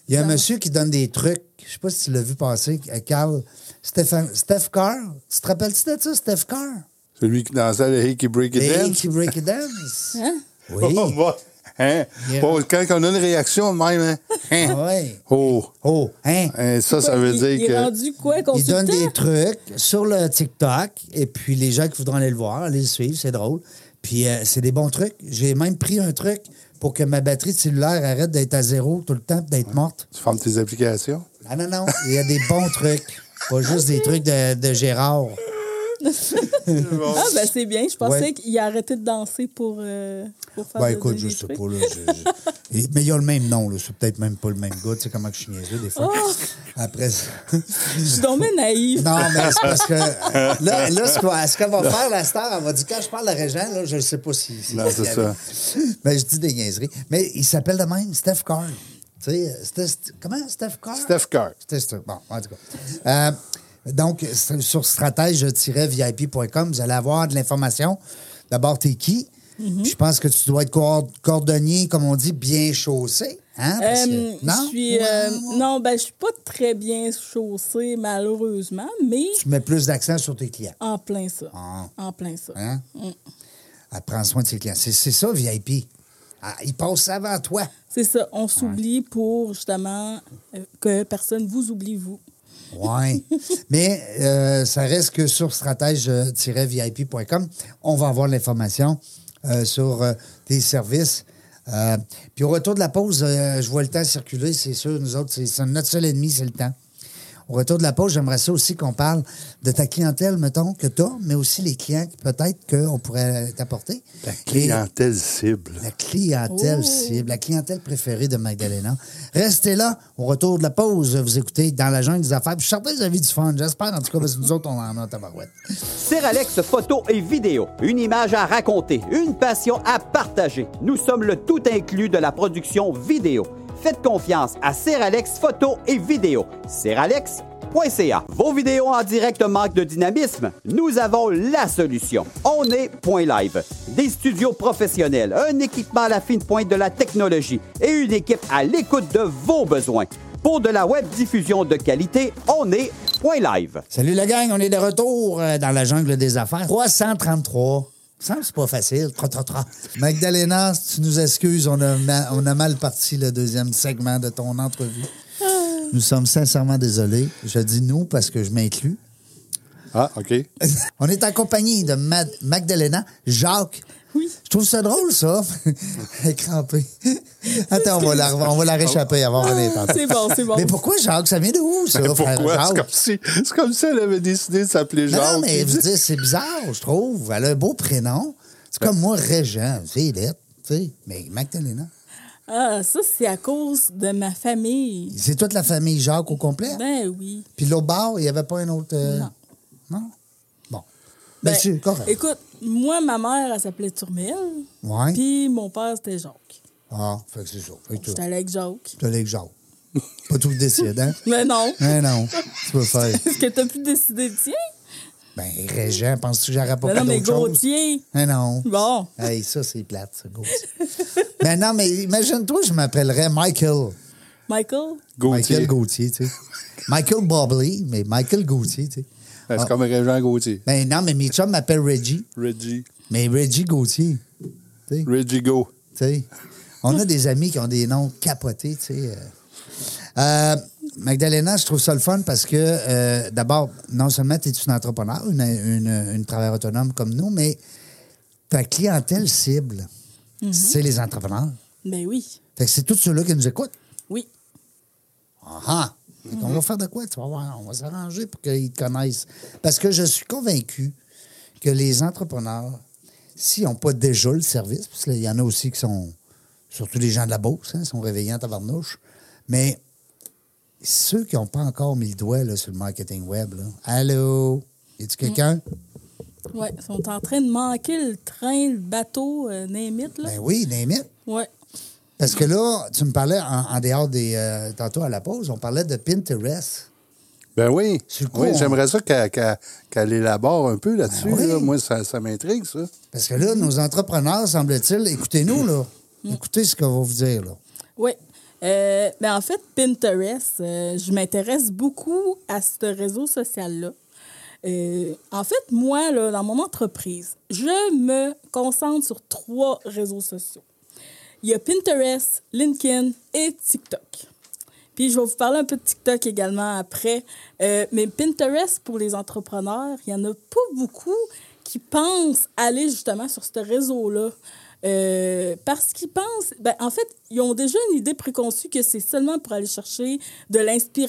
Speaker 2: Il y a un
Speaker 4: Non.
Speaker 2: monsieur qui donne des trucs. Je sais pas si tu l'as vu passer, euh, Carl. Stéphane- Steph Carr. Tu te rappelles-tu de ça, Steph Carr?
Speaker 3: Celui qui dansait le Hickey Break It
Speaker 2: Et
Speaker 3: In.
Speaker 2: qui break it dance.
Speaker 4: Hein?
Speaker 2: Oui.
Speaker 3: Oh, moi. Hein?
Speaker 2: Yeah.
Speaker 3: Oh, quand on a une réaction de même, hein? Hein?
Speaker 2: Ah ouais.
Speaker 3: Oh,
Speaker 2: Oh, hein?
Speaker 3: hein, ça, ça veut
Speaker 4: Il-
Speaker 3: dire
Speaker 4: Il est
Speaker 3: que.
Speaker 4: rendu quoi,
Speaker 2: Il
Speaker 4: consultant?
Speaker 2: donne des trucs sur le TikTok et puis les gens qui voudront aller le voir, allez le suivre, c'est drôle. Puis euh, c'est des bons trucs. J'ai même pris un truc pour que ma batterie de cellulaire arrête d'être à zéro tout le temps, d'être morte.
Speaker 3: Tu fermes tes applications?
Speaker 2: Ah non, non, il y a des bons trucs. Pas juste des trucs de, de Gérard.
Speaker 4: Ah, ben c'est bien. Je pensais
Speaker 2: Ouais.
Speaker 4: qu'il a arrêté de danser pour, euh, pour faire
Speaker 2: Ben
Speaker 4: des-
Speaker 2: écoute,
Speaker 4: des
Speaker 2: je sais
Speaker 4: trucs.
Speaker 2: pas. Là, je- je- Et- mais il y a le même nom, là. C'est peut-être même pas le même gars. Tu sais comment que je suis niaiseux des fois.
Speaker 4: Oh!
Speaker 2: Après ça.
Speaker 4: Je suis tombée naïve.
Speaker 2: Non, mais c'est parce que. Là, là ce qu'on- ce qu'elle va faire, la star, elle va dire quand je parle à Régent, là, je ne sais pas si. si-
Speaker 3: Non, c'est
Speaker 2: si-
Speaker 3: ça.
Speaker 2: Mais je dis des niaiseries. Mais il s'appelle de même Steph Carr. Tu sais, Ste- Ste- comment Steph Carr?
Speaker 3: Steph Kerr.
Speaker 2: C'était ça. Bon, en tout cas. Euh, donc, sur sur stratège-vip.com, vous allez avoir de l'information. D'abord, t'es qui?
Speaker 4: Mhm.
Speaker 2: Puis Je pense que tu dois être cor- cordonnier, comme on dit, bien chaussé. Hein? Parce que-
Speaker 4: Euh,
Speaker 2: non?
Speaker 4: Je suis,
Speaker 2: Ouais,
Speaker 4: euh,
Speaker 2: ouais.
Speaker 4: non, ben, je suis pas très bien chaussée, malheureusement, mais
Speaker 2: Tu mets plus d'accent sur tes clients.
Speaker 4: en plein ça.
Speaker 2: Ah.
Speaker 4: En plein ça.
Speaker 2: Hein?
Speaker 4: Mm.
Speaker 2: Elle prend soin de ses clients. C'est c'est ça, VIP. Ah, Ils passent avant toi.
Speaker 4: C'est ça. On s'oublie pour justement euh, que personne vous oublie, vous.
Speaker 2: Oui. Mais euh, ça reste que sur stratège-vip.com, on va avoir l'information euh, sur euh, tes services. Euh, puis au retour de la pause, euh, je vois le temps circuler, c'est sûr, nous autres, c'est c'est notre seul ennemi, c'est le temps. Au retour de la pause, j'aimerais ça aussi qu'on parle de ta clientèle, mettons, que toi, mais aussi les clients que peut-être qu'on pourrait t'apporter.
Speaker 3: La
Speaker 2: Et-
Speaker 3: clientèle cible.
Speaker 2: la clientèle
Speaker 4: Oh.
Speaker 2: cible, la clientèle préférée de Magdalena. Restez là. Au retour de la pause, vous écoutez Dans la jungle des affaires. Puis Je suis certain que vous avez du fun, j'espère. En tout cas, parce que nous autres, on en a en tabarouette.
Speaker 5: Alex photo et vidéo. Une image à raconter, une passion à partager. Nous sommes le tout inclus de la production vidéo. Faites confiance à Alex photo et vidéo. Seralex.ca. Vos vidéos en direct manquent de dynamisme? Nous avons la solution. On est Point Live. Des studios professionnels, un équipement à la fine pointe de la technologie et une équipe à l'écoute de vos besoins. Pour de la web diffusion de qualité, on est Point Live.
Speaker 2: Salut la gang, on est de retour euh, dans la jungle des affaires. 333. Ça me semble que c'est pas facile. Tra, tra, tra. Magdalena, si tu nous excuses, on a, ma- on a mal parti le deuxième segment de ton entrevue. Nous sommes sincèrement désolés. Je dis nous parce que je m'inclus.
Speaker 3: Ah, OK.
Speaker 2: On est en compagnie de Ma- Magdalena Jacques.
Speaker 4: Oui.
Speaker 2: Je trouve ça drôle, ça. Elle est crampée. Attends, on va la, on va la réchapper avant de revenir tantôt.
Speaker 4: C'est bon, c'est bon.
Speaker 2: Mais pourquoi Jacques? Ça vient de où, ça, frère
Speaker 3: Pourquoi? C'est
Speaker 2: Jacques?
Speaker 3: comme, si, c'est comme si elle avait décidé de s'appeler
Speaker 2: Non,
Speaker 3: Jacques.
Speaker 2: non, mais je veux dire, c'est bizarre, je trouve. Elle a un beau prénom.
Speaker 4: Ben.
Speaker 2: C'est comme moi, Régent. C'est lettre, tu sais. Mais Magdalena.
Speaker 4: Ah, ça, c'est à cause de ma famille.
Speaker 2: C'est toute la famille Jacques au complet?
Speaker 4: Ben oui.
Speaker 2: Puis l'autre bord, il n'y avait pas un autre... euh,
Speaker 4: Non.
Speaker 2: Non? Bon.
Speaker 4: Ben,
Speaker 2: Ben, c'est correct.
Speaker 4: Écoute, moi, ma mère, elle s'appelait Turmel.
Speaker 2: Ouais.
Speaker 4: Puis mon père, c'était Jacques.
Speaker 2: Ah, fait que c'est ça. Fait que tu
Speaker 4: J'étais allée avec Jacques.
Speaker 2: tu allais avec Jacques. Pas tout le décide, hein?
Speaker 4: Mais non.
Speaker 2: Hein, non. Tu peux faire...
Speaker 4: Est-ce que t'as pu décider de tiens?
Speaker 2: Ben, Régent, penses-tu que j'aurais pas
Speaker 4: Ben
Speaker 2: fait
Speaker 4: non, mais
Speaker 2: d'autre chose?
Speaker 4: Gauthier.
Speaker 2: Ben non.
Speaker 4: Bon.
Speaker 2: Hey, ça, c'est plate, ça, Gauthier. ben non, mais imagine-toi, je m'appellerais Michael.
Speaker 4: Michael?
Speaker 3: Gauthier.
Speaker 2: Michael Gauthier, tu sais. Michael Bobley, mais Michael Gauthier, tu sais.
Speaker 3: Ben, C'est comme Régent Gauthier.
Speaker 2: Ben non, mais mes chums m'appellent Reggie,
Speaker 3: Reggie.
Speaker 2: mais Reggie Gauthier,
Speaker 3: Reggie Go.
Speaker 2: tu sais. On a des amis qui ont des noms capotés, tu sais. euh. Euh, Magdalena, je trouve ça le fun parce que, euh, d'abord, non seulement tu es une entrepreneur, une, une, une travailleur autonome comme nous, mais Ta clientèle cible, c'est les entrepreneurs.
Speaker 4: Mais Ben oui,
Speaker 2: Fait que c'est tous ceux-là qui nous écoutent.
Speaker 4: oui.
Speaker 2: Ah ah! Fait qu'on va faire de quoi? Tu vas voir, on va s'arranger pour qu'ils te connaissent. Parce que je suis convaincu que les entrepreneurs, s'ils n'ont pas déjà le service, parce qu'il y en a aussi qui sont, surtout les gens de la Beauce, hein, sont réveillants à tabarnouche, mais ceux qui n'ont pas encore mis le doigt là, sur le marketing web, là, allô? Y a-tu quelqu'un?
Speaker 4: Oui, ils sont en train de manquer le train, le bateau, euh, name it, là.
Speaker 2: Ben oui, name it.
Speaker 4: Oui,
Speaker 2: Parce que là, tu me parlais en, en dehors des. euh, tantôt à la pause, on parlait de Pinterest.
Speaker 3: Ben oui.
Speaker 2: Sur le coup,
Speaker 3: oui
Speaker 2: on-
Speaker 3: J'aimerais ça qu'elle qu'elle- qu'elle élabore un peu là-dessus.
Speaker 2: Ben oui.
Speaker 3: là. Moi, ça, ça m'intrigue, ça.
Speaker 2: Parce que là, nos entrepreneurs, semble-t-il, écoutez-nous, là.
Speaker 4: Mm.
Speaker 2: Écoutez ce qu'on va vous dire, là.
Speaker 4: oui. Euh, ben en fait, Pinterest, euh, je m'intéresse beaucoup à ce réseau social-là. Euh, en fait, moi, là, dans mon entreprise, je me concentre sur trois réseaux sociaux. Il y a Pinterest, LinkedIn et TikTok. Puis je vais vous parler un peu de TikTok également après. Euh, mais Pinterest, pour les entrepreneurs, il n'y en a pas beaucoup qui pensent aller justement sur ce réseau-là. Euh, parce qu'ils pensent, ben, en fait, ils ont déjà une idée préconçue que c'est seulement pour aller chercher de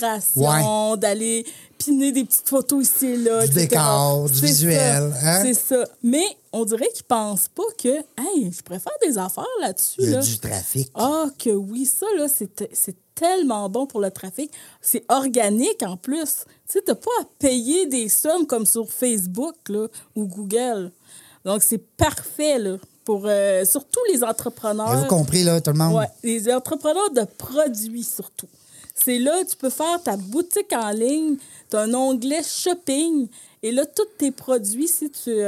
Speaker 4: l'inspiration, d'aller piner des petites photos ici et là.
Speaker 2: Du
Speaker 4: etc..
Speaker 2: décor, du
Speaker 4: C'est
Speaker 2: visuel,
Speaker 4: ça,
Speaker 2: hein?
Speaker 4: C'est ça. Mais on dirait qu'ils pensent pas que, hey, je pourrais faire des affaires là-dessus.
Speaker 2: Il y a
Speaker 4: là.
Speaker 2: du trafic.
Speaker 4: Ah, que oui, ça, là, c'est te- c'est tellement bon pour le trafic. C'est organique en plus. Tu sais, t'as pas à payer des sommes comme sur Facebook là, ou Google. Donc, c'est parfait, là, pour euh, surtout les entrepreneurs.
Speaker 2: Avez-vous compris, là, tout le monde?
Speaker 4: Ouais, les entrepreneurs de produits surtout. C'est là tu peux faire ta boutique en ligne, tu as un onglet shopping et là tous tes produits si tu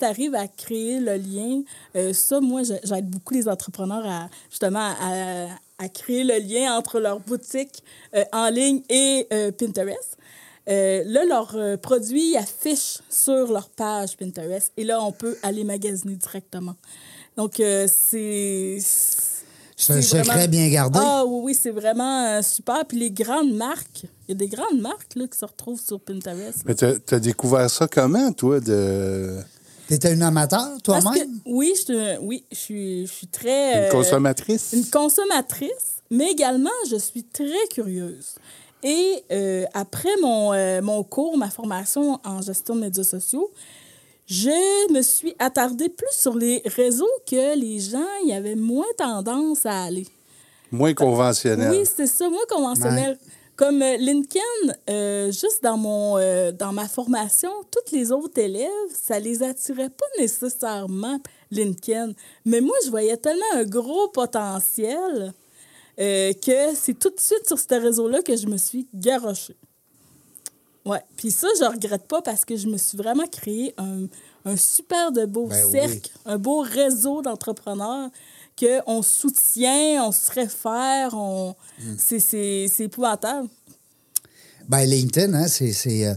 Speaker 4: arrives à créer le lien, euh, ça moi je- j'aide beaucoup les entrepreneurs à justement à, à créer le lien entre leur boutique euh, en ligne et euh, Pinterest. Euh, là, leurs euh, produits affichent sur leur page Pinterest et là, on peut aller magasiner directement. Donc, euh, c'est.
Speaker 2: C'est un
Speaker 4: vraiment-
Speaker 2: secret bien gardé.
Speaker 4: Ah oui, oui, c'est vraiment euh, super. Puis les grandes marques, il y a des grandes marques là, qui se retrouvent sur Pinterest.
Speaker 3: Mais t'as t'as découvert ça comment, toi, de
Speaker 2: T'étais une amateur,
Speaker 4: Parce que,
Speaker 2: toi-même?
Speaker 4: oui, je, suis- oui, je suis, je suis très.
Speaker 3: une
Speaker 4: euh,
Speaker 3: consommatrice?
Speaker 4: une consommatrice, mais également, je suis très curieuse. Et euh, après mon, euh, mon cours, ma formation en gestion de médias sociaux, je me suis attardée plus sur les réseaux que les gens y avaient moins tendance à aller.
Speaker 3: Moins conventionnelle.
Speaker 4: Oui, c'est ça, moi, conventionnel. Comme euh, LinkedIn, euh, juste dans, mon, euh, dans ma formation, toutes les autres élèves, ça les attirait pas nécessairement, LinkedIn. Mais moi, je voyais tellement un gros potentiel euh, que c'est tout de suite sur ce réseau-là que je me suis garochée. Ouais. Puis ça, je regrette pas parce que je me suis vraiment créé un, un super de beau
Speaker 2: Ben oui.
Speaker 4: cercle, un beau réseau d'entrepreneurs qu'on soutient, on se réfère, on...
Speaker 2: Hmm.
Speaker 4: c'est- c'est c'est épouvantable.
Speaker 2: Ben, LinkedIn, hein, c'est, c'est, euh,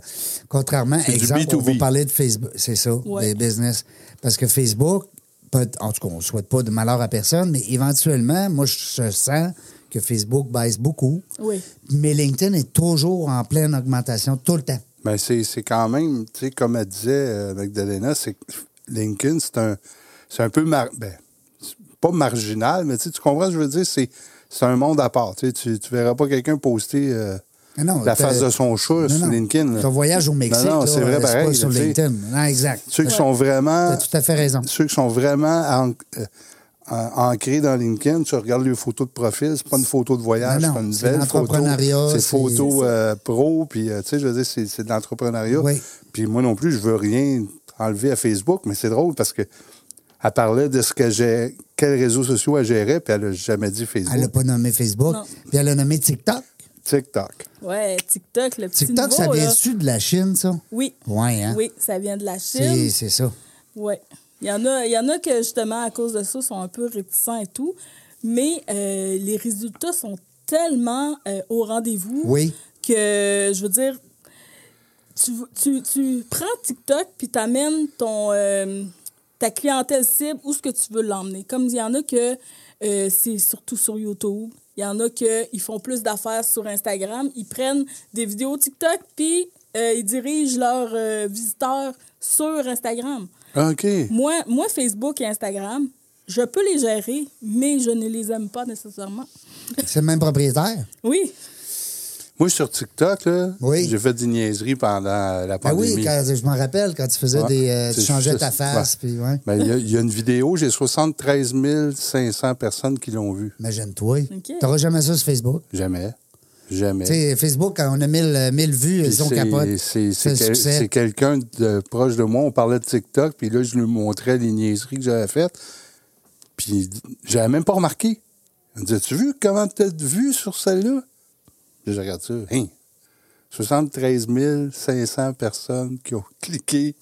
Speaker 2: contrairement,
Speaker 3: du
Speaker 2: exemple, on va
Speaker 3: B2B.
Speaker 2: parler de Facebook, c'est ça,
Speaker 4: Ouais.
Speaker 2: des business. Parce que Facebook, peut- en tout cas, on ne souhaite pas de malheur à personne, mais éventuellement, moi, je je sens que Facebook baisse beaucoup,
Speaker 4: Oui.
Speaker 2: mais LinkedIn est toujours en pleine augmentation, tout le temps.
Speaker 3: Ben, c'est c'est quand même, tu sais, comme elle disait euh, Magdalena, c'est que Lincoln, c'est un, c'est un peu, mar ben, c'est pas marginal, mais tu sais, tu comprends ce que je veux dire? C'est c'est un monde à part. Tu sais, tu tu verras pas quelqu'un poster euh,
Speaker 2: Ah non,
Speaker 3: la
Speaker 2: t'as-
Speaker 3: face de son chat sur
Speaker 2: non.
Speaker 3: LinkedIn. là.
Speaker 2: Ton voyage au Mexique,
Speaker 3: Non,
Speaker 2: là,
Speaker 3: non,
Speaker 2: euh,
Speaker 3: c'est vrai pareil.
Speaker 2: pas
Speaker 3: là,
Speaker 2: sur
Speaker 3: tu sais.
Speaker 2: LinkedIn. Non, exact.
Speaker 3: Ceux qui sont vraiment
Speaker 2: T'as tout à fait raison.
Speaker 3: ceux qui sont vraiment en- euh, en- ancrés dans LinkedIn, tu regardes leurs photos de profil, c'est pas une photo de voyage,
Speaker 2: Non, non,
Speaker 3: c'est pas une
Speaker 2: c'est
Speaker 3: belle photo.
Speaker 2: l'entrepreneuriat,
Speaker 3: C'est
Speaker 2: c'est-
Speaker 3: photo euh, pro, puis euh, tu sais, je veux dire, c'est, c'est de l'entrepreneuriat.
Speaker 2: Oui.
Speaker 3: Puis moi non plus, je veux rien enlever à Facebook, mais c'est drôle parce que elle parlait de ce que j'ai, quels réseaux sociaux elle gérait, puis elle a jamais dit
Speaker 2: Elle n'a
Speaker 3: Facebook.
Speaker 2: pas nommé Facebook,
Speaker 4: Non.
Speaker 2: puis elle a nommé TikTok.
Speaker 3: TikTok.
Speaker 4: Ouais, TikTok, le petit
Speaker 2: TikTok, ça
Speaker 4: nouveau, là.
Speaker 2: vient-tu de la Chine, ça?
Speaker 4: Oui.
Speaker 2: Ouais, hein?
Speaker 4: Oui, ça vient de la
Speaker 2: C'est,
Speaker 4: Chine.
Speaker 2: c'est ça.
Speaker 4: Ouais. Il y en a il y en a que justement à cause de ça sont un peu réticents et tout, mais euh, les résultats sont tellement euh, au rendez-vous.
Speaker 2: Oui.
Speaker 4: que je veux dire, tu, tu, tu prends TikTok puis t'amènes ton euh, ta clientèle cible où ce que tu veux l'emmener. Comme il y en a que euh, c'est surtout sur YouTube, il y en a que ils font plus d'affaires sur Instagram, ils prennent des vidéos TikTok puis euh, ils dirigent leurs euh, visiteurs sur Instagram.
Speaker 2: Ah,
Speaker 3: OK.
Speaker 4: Moi, moi, Facebook et Instagram, je peux les gérer, mais je ne les aime pas nécessairement.
Speaker 2: C'est le même propriétaire.
Speaker 3: Ah,
Speaker 4: Oui,
Speaker 3: Moi, sur TikTok, là,
Speaker 2: Oui.
Speaker 3: j'ai fait des niaiseries pendant la
Speaker 2: Ah
Speaker 3: pandémie.
Speaker 2: oui, quand- je m'en rappelle quand tu faisais
Speaker 3: Ouais.
Speaker 2: des. euh, tu
Speaker 3: C'est
Speaker 2: changeais
Speaker 3: juste-
Speaker 2: ta face,
Speaker 3: ouais.
Speaker 2: puis ouais.
Speaker 3: Ben, Il y, a- il y a une vidéo, j'ai 73 500 personnes qui l'ont vue.
Speaker 2: Imagine-toi.
Speaker 4: OK.
Speaker 2: T'auras jamais ça sur Facebook.
Speaker 3: Jamais. Jamais.
Speaker 2: Tu sais, Facebook, quand on a 1000 euh, 1000 vues,
Speaker 3: Puis
Speaker 2: ils ont
Speaker 3: c'est-
Speaker 2: capote. C'est
Speaker 3: c'est- C'est
Speaker 2: un
Speaker 3: quel-
Speaker 2: succès.
Speaker 3: c'est quelqu'un de proche de moi. On parlait de TikTok, puis là, je lui montrais les niaiseries que j'avais faites. Puis j'avais même pas remarqué. Il me disait, tu vu comment t'as de vues sur celle-là? Puis je regarde ça. Hein? 73 500 personnes qui ont cliqué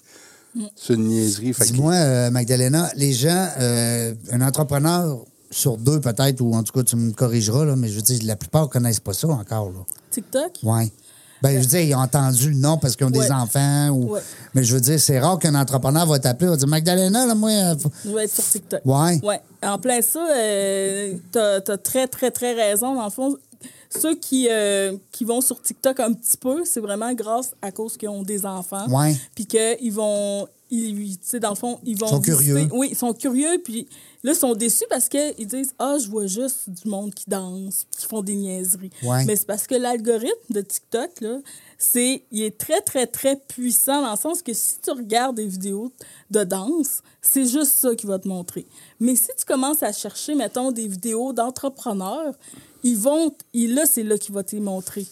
Speaker 3: sur une niaiserie. Fait que-
Speaker 2: Dis-moi, euh, Magdalena, les gens, euh, un entrepreneur sur deux peut-être, ou en tout cas, tu me corrigeras, là, mais je veux dire, la plupart ne connaissent pas ça encore. Là.
Speaker 4: TikTok.
Speaker 2: Ouais. Ben, je veux dire, ils ont entendu le nom parce qu'ils ont des
Speaker 4: Ouais.
Speaker 2: enfants. Ou...
Speaker 4: Ouais.
Speaker 2: Mais je veux dire, c'est rare qu'un entrepreneur va t'appeler, va dire Magdalena, là, moi. euh, faut-
Speaker 4: Je vais être sur TikTok.
Speaker 2: Ouais.
Speaker 4: Ouais. En plein ça, euh, t'as as très, très, très raison. Dans le fond, ceux qui, euh, qui vont sur TikTok un petit peu, c'est vraiment grâce à cause qu'ils ont des enfants.
Speaker 2: Ouais.
Speaker 4: Puis qu'ils vont. Ils, tu sais, dans le fond, ils vont.
Speaker 2: Ils sont curieux.
Speaker 4: Oui, ils sont curieux. Puis là, ils sont déçus parce qu'ils disent Ah, je vois juste du monde qui danse, qui font des niaiseries.
Speaker 2: Ouais.
Speaker 4: Mais c'est parce que l'algorithme de TikTok, là, c'est, il est très, très, très puissant dans le sens que si tu regardes des vidéos de danse, c'est juste ça qu'il va te montrer. Mais si tu commences à chercher, mettons, des vidéos d'entrepreneurs, ils vont, ils, là, c'est là qu'il va te les montrer.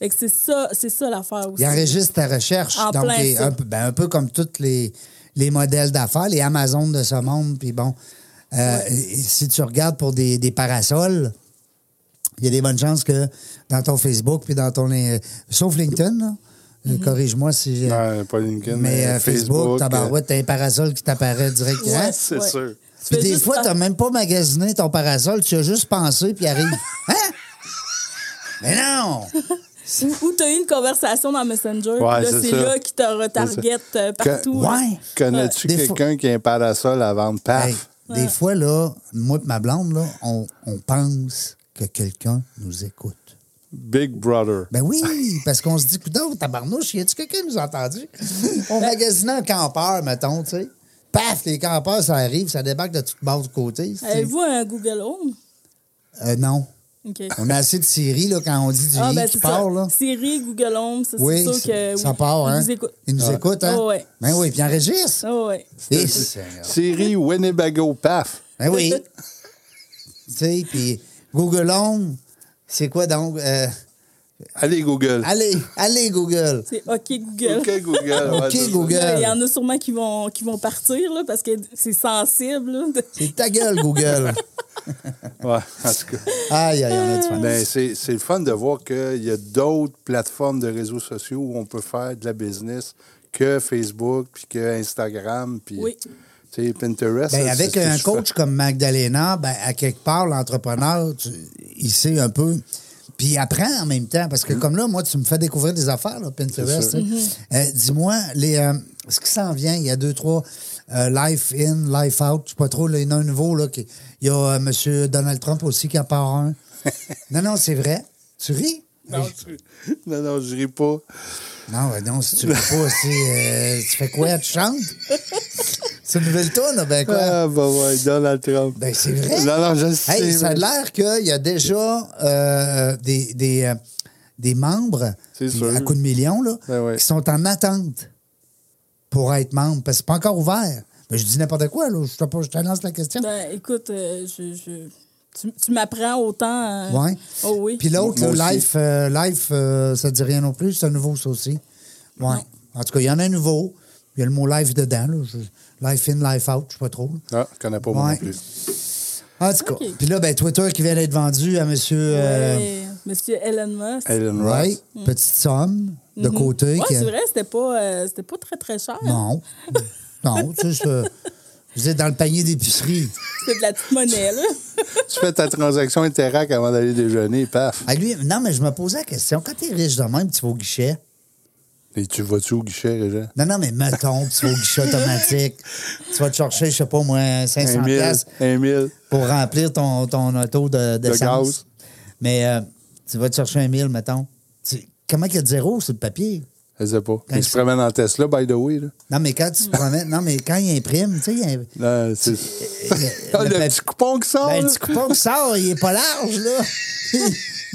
Speaker 4: Fait que c'est ça, c'est ça l'affaire aussi.
Speaker 2: Ils enregistrent ta recherche.
Speaker 4: En
Speaker 2: donc,
Speaker 4: plein
Speaker 2: les-
Speaker 4: ça.
Speaker 2: un, peu- ben, un peu comme tous les, les modèles d'affaires, les Amazon de ce monde. Puis bon, euh, et- et si tu regardes pour des, des parasols, il y a des bonnes chances que dans ton Facebook, puis dans ton. euh, sauf LinkedIn, là.
Speaker 4: Mm-hmm.
Speaker 2: Euh, corrige-moi si. euh,
Speaker 3: Non, pas LinkedIn,
Speaker 2: mais
Speaker 3: euh,
Speaker 2: euh, Facebook,
Speaker 3: euh,
Speaker 2: tabarouette, t'as un parasol qui t'apparaît direct.
Speaker 4: Ouais,
Speaker 2: Hein?
Speaker 3: c'est sûr.
Speaker 4: Tu
Speaker 2: Puis
Speaker 4: fais
Speaker 2: des
Speaker 4: juste
Speaker 2: fois,
Speaker 4: par-
Speaker 2: t'as même pas magasiné ton parasol, tu as juste pensé, puis il arrive. Hein? Mais non!
Speaker 4: Ou, ou t'as eu une conversation dans Messenger, puis
Speaker 3: Ouais,
Speaker 4: là,
Speaker 3: c'est
Speaker 4: c'est
Speaker 3: ça.
Speaker 4: là qui te retargette euh,
Speaker 3: Que-
Speaker 4: partout. là.
Speaker 2: Ouais!
Speaker 3: Connais-tu
Speaker 2: Des fois-
Speaker 3: quelqu'un qui a un parasol à vendre?
Speaker 4: Ah,
Speaker 3: Paf!
Speaker 2: Hey, Des fois, là, moi et ma blonde, là, on, on pense que quelqu'un nous écoute.
Speaker 3: Big Brother.
Speaker 2: Ben oui, parce qu'on se dit, coudons, tabarnouche, y a-tu quelqu'un qui nous a entendu?
Speaker 4: Ben
Speaker 2: On magasinait un campeur, mettons, tu sais. Paf, les campeurs, ça arrive, ça débarque de toute bord du côté. c'est-
Speaker 4: Avez-vous un Google Home?
Speaker 2: Euh, non.
Speaker 4: OK. Ah,
Speaker 2: On a assez de Siri, là, quand on dit du lit qui
Speaker 4: ben, c'est
Speaker 2: part,
Speaker 4: ça.
Speaker 2: là.
Speaker 4: Siri, Google Home, ça, c'est
Speaker 2: Oui,
Speaker 4: sûr que.
Speaker 2: ça
Speaker 4: oui,
Speaker 2: part, hein?
Speaker 4: Ils nous écoutent.
Speaker 2: Ils nous écoutent, hein?
Speaker 4: Ah ouais.
Speaker 2: Ben oui, puis ils enregistrent.
Speaker 4: Ah ouais.
Speaker 2: Eh, Seigneur.
Speaker 3: Série Winnebago, paf!
Speaker 2: Ben oui. tu sais, puis Google Home, c'est quoi donc? Euh,
Speaker 3: Allez, Google.
Speaker 2: allez, allez, Google.
Speaker 4: C'est OK Google.
Speaker 3: OK, Google.
Speaker 2: OK,
Speaker 3: ouais, c'est ça.
Speaker 2: Google.
Speaker 4: Là, Il y en a sûrement qui vont, qui vont partir là, parce que c'est sensible. là.
Speaker 2: C'est ta gueule, Google.
Speaker 3: Ouais, en tout cas.
Speaker 2: Aïe, aïe, on a du fun.
Speaker 3: Mais c'est c'est le fun de voir qu'il y a d'autres plateformes de réseaux sociaux où on peut faire de la business que Facebook, puis que Instagram, puis
Speaker 4: Oui.
Speaker 3: tu sais, Pinterest.
Speaker 2: Ben,
Speaker 3: ça,
Speaker 2: avec
Speaker 3: c'est ce que
Speaker 2: un
Speaker 3: je
Speaker 2: coach comme Magdalena, ben, à quelque part, l'entrepreneur, tu- il sait un peu. Puis il apprend en même temps. Parce que
Speaker 3: Mm-hmm.
Speaker 2: comme là, moi, tu me fais découvrir des affaires, là, Pinterest. tu sais. Euh, Dis-moi, les, euh, ce qui s'en vient, il y a deux, trois euh, Life In, Life Out, je sais pas trop, là, il y en a un nouveau. Là, qui- il y a euh, M. Donald Trump aussi qui en part un. non, non, c'est vrai. Tu ris?
Speaker 3: fais. Non, tu- non, non, je ris pas.
Speaker 2: Non, ben non, si tu ris pas, si, euh, tu fais quoi? Tu chantes? c'est une nouvelle tonne, ben quoi?
Speaker 3: Ah, bah ouais, Donald Trump.
Speaker 2: Ben, c'est vrai.
Speaker 3: Non, non, je le sais.
Speaker 2: Hey, ça a
Speaker 3: mais-
Speaker 2: l'air qu'il y a déjà euh, des, des, euh, des membres
Speaker 3: C'est
Speaker 2: puis
Speaker 3: sûr.
Speaker 2: à coup de millions là,
Speaker 3: Ben ouais.
Speaker 2: qui sont en attente pour être membres parce que c'est pas encore ouvert. Mais je dis n'importe quoi, là. Je, te, pose- je te lance la question.
Speaker 4: Ben, écoute, euh, je, je- tu, tu m'apprends autant. euh,
Speaker 2: Ouais.
Speaker 4: Oh oui.
Speaker 2: Puis l'autre,
Speaker 3: Moi
Speaker 2: là,
Speaker 3: aussi.
Speaker 2: Life, euh, Life euh, ça ne dit rien non plus. C'est un nouveau, ça aussi. Ouais. En tout cas, il y en a un nouveau. Il y a le mot life dedans. là. Je- life in, life out, je ne sais pas trop. là.
Speaker 3: Non, Ah, je connais pas moi
Speaker 2: Ouais.
Speaker 3: non plus.
Speaker 2: En tout cas.
Speaker 4: Ok.
Speaker 2: Puis là, ben, Twitter qui vient d'être vendu à M. euh,
Speaker 4: Ouais, Monsieur Elon Musk. Mhm.
Speaker 3: Elon Musk.
Speaker 2: Ouais, petite somme de côté.
Speaker 4: Mm. Mm-hmm. Ouais,
Speaker 2: qui-
Speaker 4: c'est vrai, c'était pas, euh, c'était pas très, très cher.
Speaker 2: Non. non, tu sais, c'est, euh, je disais dans le panier d'épicerie.
Speaker 4: C'était de la petite monnaie, là.
Speaker 3: Tu fais ta transaction Interac avant d'aller déjeuner, paf.
Speaker 2: Ah, lui, non, mais je me posais la question. Quand t'es riche de même, tu vas au guichet.
Speaker 3: Et tu vas-tu au guichet, Régent?
Speaker 2: Non, non, mais mettons, tu vas au guichet automatique. Tu vas te chercher, je sais pas moi, 500
Speaker 3: Un mille,
Speaker 2: piastres
Speaker 3: un mille.
Speaker 2: pour remplir ton, ton auto de, d'essence.
Speaker 3: gaz.
Speaker 2: Mais euh, tu vas te chercher un mille, mettons. Tu- comment qu'il y a de zéro sur le papier?
Speaker 3: Je sais pas.
Speaker 2: Quand
Speaker 3: Ils se promènent en Tesla, by the way. Là.
Speaker 2: Non, mais quand tu te promènes- non, mais quand il imprime, tu sais, il y a-
Speaker 3: Là, c'est- Ah, le,
Speaker 2: le-
Speaker 3: petit coupon qui sort.
Speaker 2: ben,
Speaker 3: là.
Speaker 2: du coupon qui sort, il est pas large, là.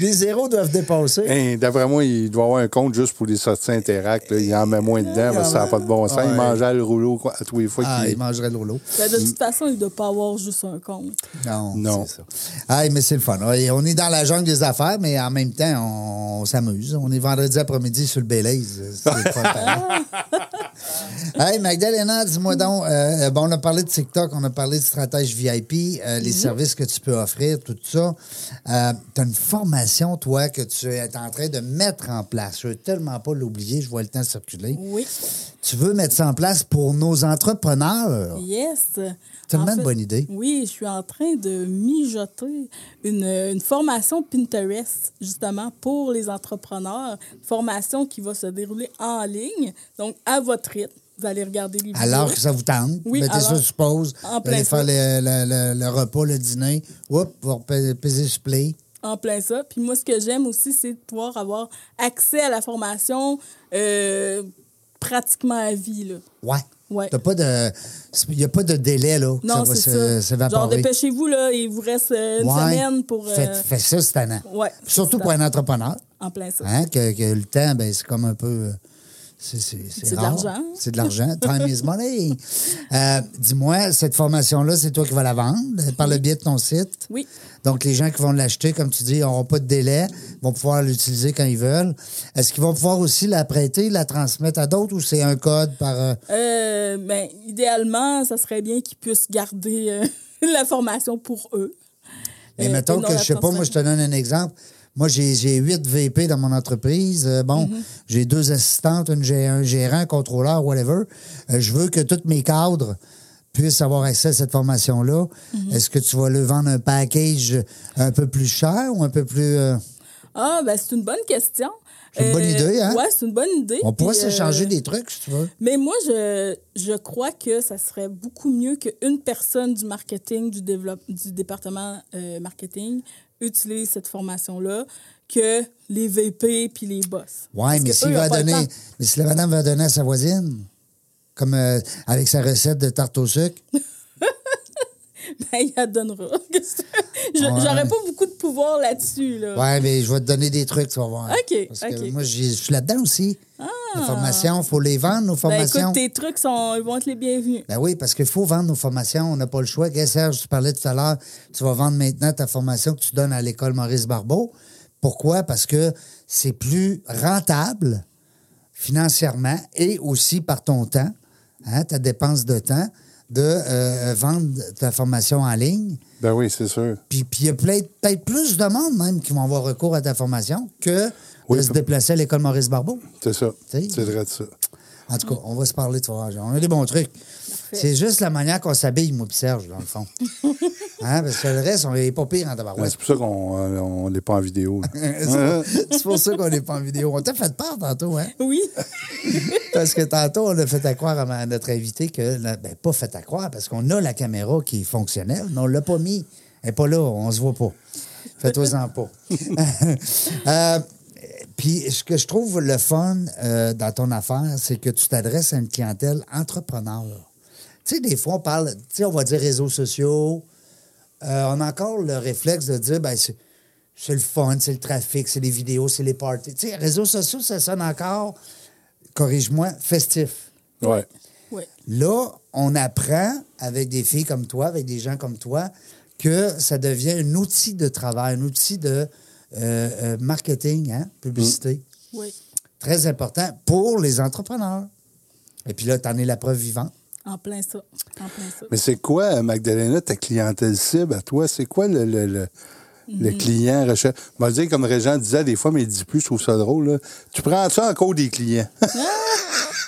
Speaker 2: les zéros doivent dépasser.
Speaker 3: Hein, D'après moi, il doit avoir un compte juste pour les sorties Interac. là. Il en met moins dedans, parce que ça n'a pas de bon sens. Il
Speaker 2: Ouais.
Speaker 3: mangeait le rouleau quoi, à tous les fois.
Speaker 2: Ah,
Speaker 3: qu'il-
Speaker 2: il mangerait le rouleau.
Speaker 4: Ben, de toute façon, il ne doit pas avoir juste un compte.
Speaker 2: Non.
Speaker 3: Non.
Speaker 2: c'est ça. Ah, mais c'est le fun. Ouais, On est dans la jungle des affaires, mais en même temps, on, on s'amuse. On est vendredi après-midi sur le Belize. C'est le fun. pareil. hey, Magdalena, dis-moi donc, euh, bon, on a parlé de TikTok, on a parlé de stratège VIP, euh, les services que tu peux offrir, tout ça. tu as une formation, toi, que tu es en train de mettre en place. Je veux tellement pas l'oublier, je vois le temps circuler.
Speaker 4: Oui.
Speaker 2: Tu veux mettre ça en place pour nos entrepreneurs.
Speaker 4: Yes.
Speaker 2: Tellement
Speaker 4: En
Speaker 2: de bonne idée.
Speaker 4: Oui, je suis en train de mijoter une, une formation Pinterest, justement, pour les entrepreneurs. Une formation qui va se dérouler en ligne, donc à votre rythme. Vous allez regarder les vidéos.
Speaker 2: Alors que ça vous tente.
Speaker 4: Oui,
Speaker 2: mettez
Speaker 4: alors-
Speaker 2: ça sur pause.
Speaker 4: En
Speaker 2: allez
Speaker 4: plein
Speaker 2: faire le, le- le- le repas, le dîner. Oups, vous repé- pesez sur play.
Speaker 4: En plein ça. Puis moi, ce que j'aime aussi, c'est de pouvoir avoir accès à la formation euh, pratiquement à vie. Là.
Speaker 2: Ouais.
Speaker 4: Ouais.
Speaker 2: T'as pas de. Il n'y a pas de délai là, que
Speaker 4: Non,
Speaker 2: ça va
Speaker 4: c'est
Speaker 2: se-
Speaker 4: ça. Genre,
Speaker 2: s'évaporer.
Speaker 4: dépêchez-vous, là, il vous reste euh, une
Speaker 2: Ouais.
Speaker 4: semaine pour... euh,
Speaker 2: Faites- Faites ça cette année.
Speaker 4: Ouais,
Speaker 2: Surtout
Speaker 4: c'est
Speaker 2: pour
Speaker 4: ça.
Speaker 2: un entrepreneur.
Speaker 4: En plein ça.
Speaker 2: Hein, que, que le temps, ben, c'est comme un peu. euh, C'est c'est- c'est
Speaker 4: C'est de
Speaker 2: rare.
Speaker 4: l'argent.
Speaker 2: C'est de l'argent. Time is money. Euh, Dis-moi, cette formation-là, c'est toi qui vas la vendre euh, par le biais de ton site.
Speaker 4: Oui.
Speaker 2: Donc, les gens qui vont l'acheter, comme tu dis, n'auront pas de délai, vont pouvoir l'utiliser quand ils veulent. Est-ce qu'ils vont pouvoir aussi la prêter, la transmettre à d'autres ou c'est un code par. euh,
Speaker 4: Euh, ben, idéalement, ça serait bien qu'ils puissent garder euh, la formation pour eux.
Speaker 2: Mais
Speaker 4: Euh,
Speaker 2: mettons
Speaker 4: et non
Speaker 2: que,
Speaker 4: la
Speaker 2: je sais pas, moi, je te donne un exemple. Moi, j'ai j'ai huit VP dans mon entreprise. Euh, bon,
Speaker 4: Mhm.
Speaker 2: j'ai deux assistantes, une gé- un gérant, un contrôleur, whatever. Euh, je veux que tous mes cadres puissent avoir accès à cette formation-là.
Speaker 4: Mhm.
Speaker 2: Est-ce que tu vas leur vendre un package un peu plus cher ou un peu plus... euh,
Speaker 4: Ah, ben, c'est une bonne question. Euh,
Speaker 2: C'est une bonne idée, hein?
Speaker 4: Ouais, c'est une bonne idée.
Speaker 2: On pourrait
Speaker 4: Puis, euh,
Speaker 2: s'échanger des trucs, si tu veux.
Speaker 4: Mais moi, je, je crois que ça serait beaucoup mieux qu'une personne du marketing, du, développe, du département euh, marketing, utilise cette formation-là que les VP puis les boss.
Speaker 2: Oui,
Speaker 4: Parce
Speaker 2: mais
Speaker 4: que eux,
Speaker 2: s'il
Speaker 4: ils
Speaker 2: va
Speaker 4: ont pas le
Speaker 2: donner...
Speaker 4: temps.
Speaker 2: Mais si la madame va donner à sa voisine, comme euh, avec sa recette de tarte au sucre,
Speaker 4: Ben, il la donnera. Qu'est-ce que- Je-
Speaker 2: Ouais.
Speaker 4: J'aurais pas beaucoup de pouvoir là-dessus, là.
Speaker 2: Ouais, mais je vais te donner des trucs, tu vas voir.
Speaker 4: OK,
Speaker 2: Parce que
Speaker 4: OK. Ah.
Speaker 2: moi, j'y- je suis là-dedans aussi. Les formations, il faut les vendre, nos formations.
Speaker 4: Ben, écoute, tes trucs sont, ils vont être les bienvenus.
Speaker 2: Ben oui, parce qu'il faut vendre nos formations. On n'a pas le choix. Regarde, Serge, tu parlais tout à l'heure, tu vas vendre maintenant ta formation que tu donnes à l'école Maurice Barbeau. Pourquoi? Parce que c'est plus rentable financièrement et aussi par ton temps, hein, ta dépense de temps, de euh, vendre ta formation en ligne.
Speaker 3: Ben oui, c'est sûr.
Speaker 2: Puis puis il y a plein- peut-être plus de monde même qui vont avoir recours à ta formation que
Speaker 3: Oui,
Speaker 2: de se
Speaker 3: ça-
Speaker 2: déplacer à l'école Maurice Barbeau.
Speaker 3: C'est ça.
Speaker 2: T'sais.
Speaker 3: C'est vrai de ça.
Speaker 2: En tout cas, on va se parler, tu vois. On a des bons trucs. C'est juste la manière qu'on s'habille, moi pis Serge, dans le fond. Hein, parce que le reste, on est pas pire en
Speaker 3: Ouais,
Speaker 2: tabarouette.
Speaker 3: c'est pour ça qu'on euh, on n'est pas en vidéo. là.
Speaker 2: C'est pour ça qu'on n'est pas en vidéo. On t'a fait peur tantôt, hein?
Speaker 4: Oui.
Speaker 2: Parce que tantôt, on a fait à croire à ma- à notre invité que... la- Ben, pas fait à croire, parce qu'on a la caméra qui est fonctionnelle, mais on l'a pas mis. Elle n'est pas là, on se voit pas. Faites-en pas. Euh, Puis, ce que je trouve le fun euh, dans ton affaire, c'est que tu t'adresses à une clientèle entrepreneur. Tu sais, des fois, on parle... Tu sais, on va dire réseaux sociaux. Euh, on a encore le réflexe de dire, ben, c'est... C'est le fun, c'est le trafic, c'est les vidéos, c'est les parties. Tu sais, réseaux sociaux, ça sonne encore corrige-moi, festif.
Speaker 3: Ouais.
Speaker 4: Oui.
Speaker 2: Là, on apprend avec des filles comme toi, avec des gens comme toi, que ça devient un outil de travail, un outil de euh, euh, marketing, hein, publicité.
Speaker 3: Mm.
Speaker 4: Oui.
Speaker 2: Très important pour les entrepreneurs. Et puis là, tu en es la preuve vivante.
Speaker 4: En plein ça. En plein ça.
Speaker 3: Mais c'est quoi, euh, Magdalena, ta clientèle cible à toi? C'est quoi le, le, le, le client recherche? On va dire, comme Régent disait des fois, mais il dit plus, je trouve ça drôle. là. Tu prends ça en cause des clients.
Speaker 4: Ah!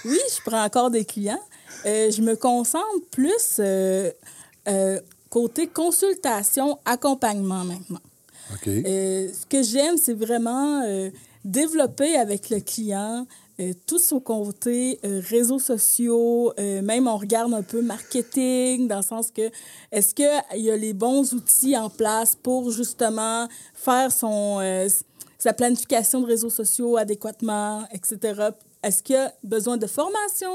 Speaker 4: Oui, je prends encore des clients. Euh, je me concentre plus euh, euh, côté consultation, accompagnement maintenant.
Speaker 3: OK.
Speaker 4: Euh, ce que j'aime, c'est vraiment euh, développer avec le client euh, tout son côté euh, réseaux sociaux, euh, même on regarde un peu marketing, dans le sens que est-ce qu'il y a les bons outils en place pour justement faire son, euh, sa planification de réseaux sociaux adéquatement, etc. Est-ce qu'il a besoin de formation?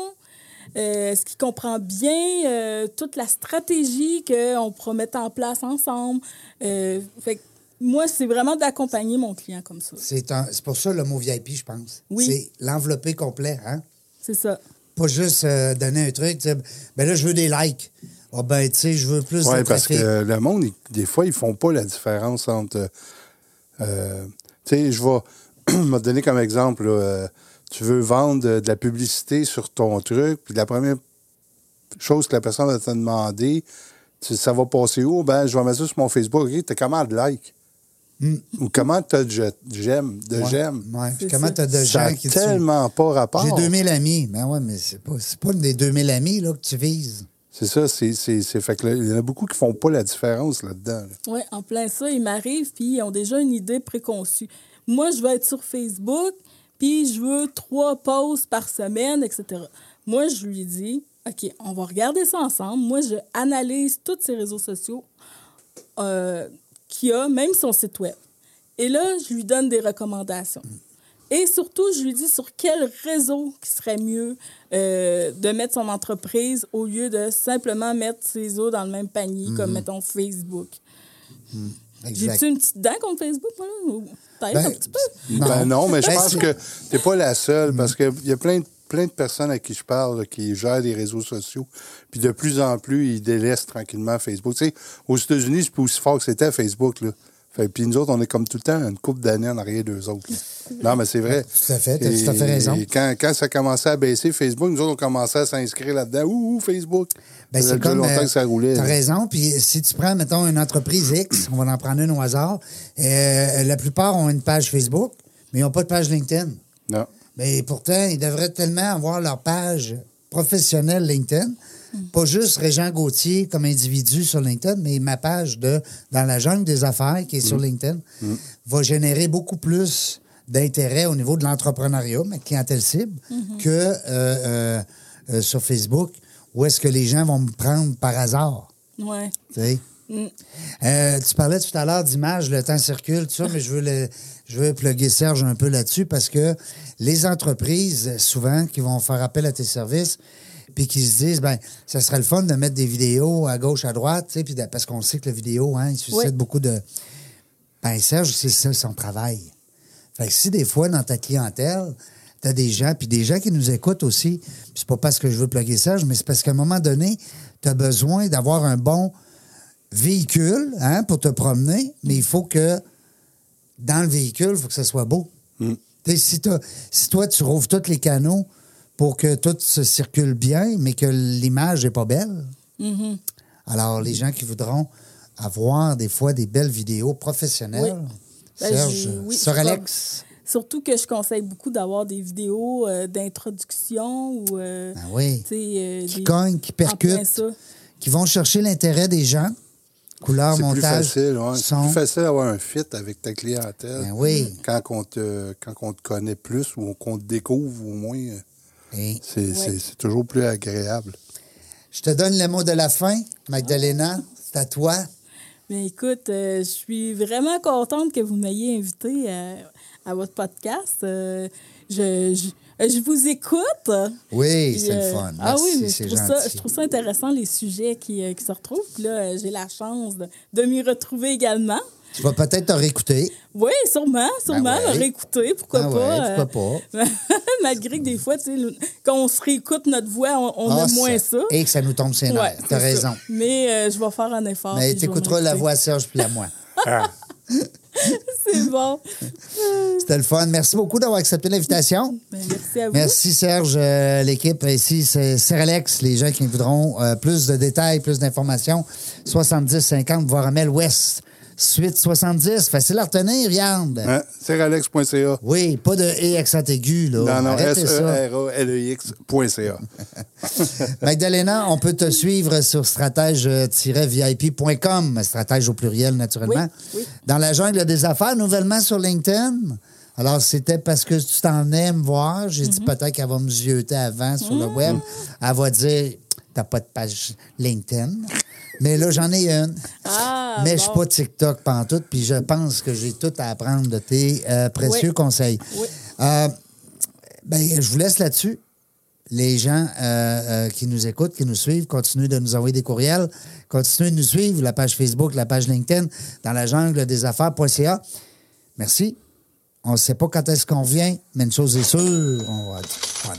Speaker 4: Euh, Est-ce qu'il comprend bien euh, toute la stratégie qu'on pourra mettre en place ensemble? Euh, fait que moi, c'est vraiment d'accompagner mon client comme ça.
Speaker 2: C'est un- c'est pour ça le mot VIP, je pense.
Speaker 4: Oui.
Speaker 2: C'est l'enveloppé complet, hein?
Speaker 4: C'est ça.
Speaker 2: Pas juste euh, donner un truc, tu sais, ben là, je veux des likes. Ah ben, tu sais, je veux plus
Speaker 3: Oui,
Speaker 2: de
Speaker 3: parce
Speaker 2: trafic.
Speaker 3: que le monde, il- des fois, ils font pas la différence entre. euh, euh, tu sais, je vais je vais te donner comme exemple. là, euh, tu veux vendre euh, de la publicité sur ton truc, puis la première chose que la personne va te demander, tu- ça va passer où? Ben, je vais mettre ça sur mon Facebook. OK, t'as comment de like? Ou comment t'as de je- j'aime? De
Speaker 2: Mm. Ouais,
Speaker 3: j'aime?
Speaker 2: ouais. Puis
Speaker 4: C'est
Speaker 2: comment
Speaker 4: ça.
Speaker 2: t'as de
Speaker 3: ça
Speaker 2: gens
Speaker 3: n'a
Speaker 2: qui te
Speaker 3: tellement pas rapport.
Speaker 2: J'ai 2000 amis. Ben ouais, mais c'est pas, c'est pas une des 2000 amis là, que tu vises.
Speaker 3: C'est ça, c'est, c'est, c'est- fait que là, il y en a beaucoup qui font pas la différence là-dedans. là.
Speaker 4: Oui, en plein ça, ils m'arrivent, puis ils ont déjà une idée préconçue. Moi, je veux être sur Facebook, puis je veux trois posts par semaine, etc. Moi, je lui dis, OK, on va regarder ça ensemble. Moi, je analyse tous ces réseaux sociaux euh, qu'il a, même son site web. Et là, je lui donne des recommandations. Et surtout, je lui dis sur quel réseau qui serait mieux euh, de mettre son entreprise au lieu de simplement mettre ses os dans le même panier, comme mettons Facebook. J'ai-tu une petite dent contre Facebook, moi, là? Ou Peut-être
Speaker 2: Ben,
Speaker 4: un petit peu.
Speaker 2: Non.
Speaker 3: Ben non, mais je
Speaker 2: Ben,
Speaker 3: pense
Speaker 2: c'est-
Speaker 3: que t'es pas la seule parce qu'il y a plein de, plein de personnes à qui je parle là, qui gèrent des réseaux sociaux. Puis de plus en plus, ils délaissent tranquillement Facebook. Tu sais, aux États-Unis, c'est pas aussi fort que c'était Facebook. Là. Fait, puis nous autres, on est comme tout le temps une couple d'années en arrière d'eux autres. là. Non, mais c'est vrai.
Speaker 2: Tout à fait, t'as tout à fait
Speaker 3: Et-
Speaker 2: raison.
Speaker 3: et quand, quand ça commençait à baisser, Facebook, nous autres, on commençait à s'inscrire là-dedans. Ouh, ouh, Facebook.
Speaker 2: Ben,
Speaker 3: ça
Speaker 2: c'est
Speaker 3: faisait
Speaker 2: comme.
Speaker 3: longtemps
Speaker 2: euh,
Speaker 3: que ça roulait.
Speaker 2: T'as
Speaker 3: là.
Speaker 2: raison. Puis si tu prends, mettons, une entreprise X, on va en prendre une au hasard, euh, la plupart ont une page Facebook, mais ils n'ont pas de page LinkedIn.
Speaker 3: Non.
Speaker 2: Mais pourtant, ils devraient tellement avoir leur page professionnelle LinkedIn. Pas juste Régent Gauthier comme individu sur LinkedIn, mais ma page de Dans la jungle des affaires qui est sur LinkedIn va générer beaucoup plus d'intérêt au niveau de l'entrepreneuriat, ma clientèle cible, que euh, euh, euh, sur Facebook, où est-ce que les gens vont me prendre par hasard.
Speaker 4: Ouais.
Speaker 2: Tu sais. Euh, tu parlais tout à l'heure d'image, le temps circule, tout ça, mais je veux, le, je veux plugger Serge un peu là-dessus parce que les entreprises, souvent, qui vont faire appel à tes services, puis qui se disent, ben, ça serait le fun de mettre des vidéos à gauche, à droite, tu sais, puis de- parce qu'on sait que la vidéo, hein, il suscite
Speaker 4: Oui.
Speaker 2: beaucoup de. Ben, Serge, c'est ça son travail. Fait que si des fois, dans ta clientèle, tu as des gens, puis des gens qui nous écoutent aussi, puis c'est pas parce que je veux plugger Serge, mais c'est parce qu'à un moment donné, tu as besoin d'avoir un bon véhicule hein, pour te promener, mais il faut que dans le véhicule, il faut que ça soit beau.
Speaker 3: Mm.
Speaker 2: T'sais, Si, t'as- si toi, tu rouvres tous les canaux pour que tout se circule bien, mais que l'image n'est pas belle,
Speaker 4: Mm-hmm.
Speaker 2: alors les gens qui voudront avoir des fois des belles vidéos professionnelles,
Speaker 4: Ben,
Speaker 2: Serge,
Speaker 4: j'ai- oui,
Speaker 2: Sir
Speaker 4: je
Speaker 2: Alex,
Speaker 4: Surtout que je conseille beaucoup d'avoir des vidéos euh, d'introduction ou. euh,
Speaker 2: Ah oui.
Speaker 4: tu sais, euh,
Speaker 2: qui
Speaker 4: des-
Speaker 2: cogne, qui
Speaker 4: en plein
Speaker 2: percute,
Speaker 4: ça.
Speaker 2: qui vont chercher l'intérêt des gens, couleur,
Speaker 3: C'est plus
Speaker 2: montage,
Speaker 3: facile, ouais. C'est
Speaker 2: son.
Speaker 3: plus facile d'avoir un fit avec ta clientèle.
Speaker 2: Ben oui.
Speaker 3: Quand on te, quand on te connaît plus ou qu'on te découvre au moins, euh,
Speaker 2: Et-
Speaker 3: c'est c'est- c'est toujours plus agréable.
Speaker 2: Je te donne le mot de la fin, Magdalena. C'est à toi.
Speaker 4: Mais écoute, euh, je suis vraiment contente que vous m'ayez invité euh, à votre podcast. Euh, je, euh, je, je vous écoute.
Speaker 2: Oui,
Speaker 4: Puis,
Speaker 2: c'est
Speaker 4: euh,
Speaker 2: le fun.
Speaker 4: ah
Speaker 2: Merci,
Speaker 4: oui, mais je
Speaker 2: c'est
Speaker 4: trouve,
Speaker 2: gentil.
Speaker 4: ça, je trouve ça intéressant, les sujets qui, euh, qui se retrouvent. Puis là, euh, j'ai la chance de, de m'y retrouver également.
Speaker 2: Tu vas peut-être te réécouter.
Speaker 4: Oui, sûrement, sûrement,
Speaker 2: Ben ouais.
Speaker 4: le réécouter, pourquoi
Speaker 2: Ah ouais,
Speaker 4: pas.
Speaker 2: pourquoi
Speaker 4: euh, Malgré que des fois, tu sais, le- quand on se réécoute notre voix, on, on
Speaker 2: Ah,
Speaker 4: aime moins ça.
Speaker 2: Et que ça nous tombe sur les
Speaker 4: Ouais,
Speaker 2: nerfs.
Speaker 4: c'est
Speaker 2: T'as
Speaker 4: ça.
Speaker 2: raison.
Speaker 4: Mais euh, je vais faire un effort.
Speaker 2: Mais
Speaker 4: puis je vais
Speaker 2: t'écouteras la
Speaker 4: m'écouter.
Speaker 2: voix à Serge puis la moi.
Speaker 4: C'est bon.
Speaker 2: C'était le fun. Merci beaucoup d'avoir accepté l'invitation.
Speaker 4: Ben, Merci à vous.
Speaker 2: Merci Serge, euh, l'équipe. Ici, c'est Sir Alex. Les gens qui voudront euh, plus de détails, plus d'informations, 70-50, voire Amel West. Suite 70. Facile à retenir, Yann.
Speaker 3: Hein? C'est ralex.ca.
Speaker 2: Oui, pas de E accent aigu, là.
Speaker 3: Non, E euh, non,
Speaker 2: Arrêtez ça.
Speaker 3: E S-E-R-A-L-E-X.ca.
Speaker 2: Magdalena, on peut te suivre sur stratège-vip.com, stratège au pluriel, naturellement.
Speaker 4: Oui, oui.
Speaker 2: Dans la jungle des affaires, nouvellement sur LinkedIn. Alors, c'était parce que tu t'en es me voir. J'ai
Speaker 4: Mhm.
Speaker 2: dit peut-être qu'elle va me zioter avant sur le web. Elle va dire T'as pas de page LinkedIn. Mais là, j'en ai une.
Speaker 4: Ah,
Speaker 2: Mais je
Speaker 4: bon.
Speaker 2: suis pas TikTok pantoute, puis je pense que j'ai tout à apprendre de tes euh, précieux
Speaker 4: Oui.
Speaker 2: conseils.
Speaker 4: Oui.
Speaker 2: Euh, Ben, je vous laisse là-dessus. Les gens euh, euh, qui nous écoutent, qui nous suivent, continuez de nous envoyer des courriels. Continuez de nous suivre, la page Facebook, la page LinkedIn, dans la jungle des affaires.ca. Merci. On ne sait pas quand est-ce qu'on vient, mais une chose est sûre, on va être fun.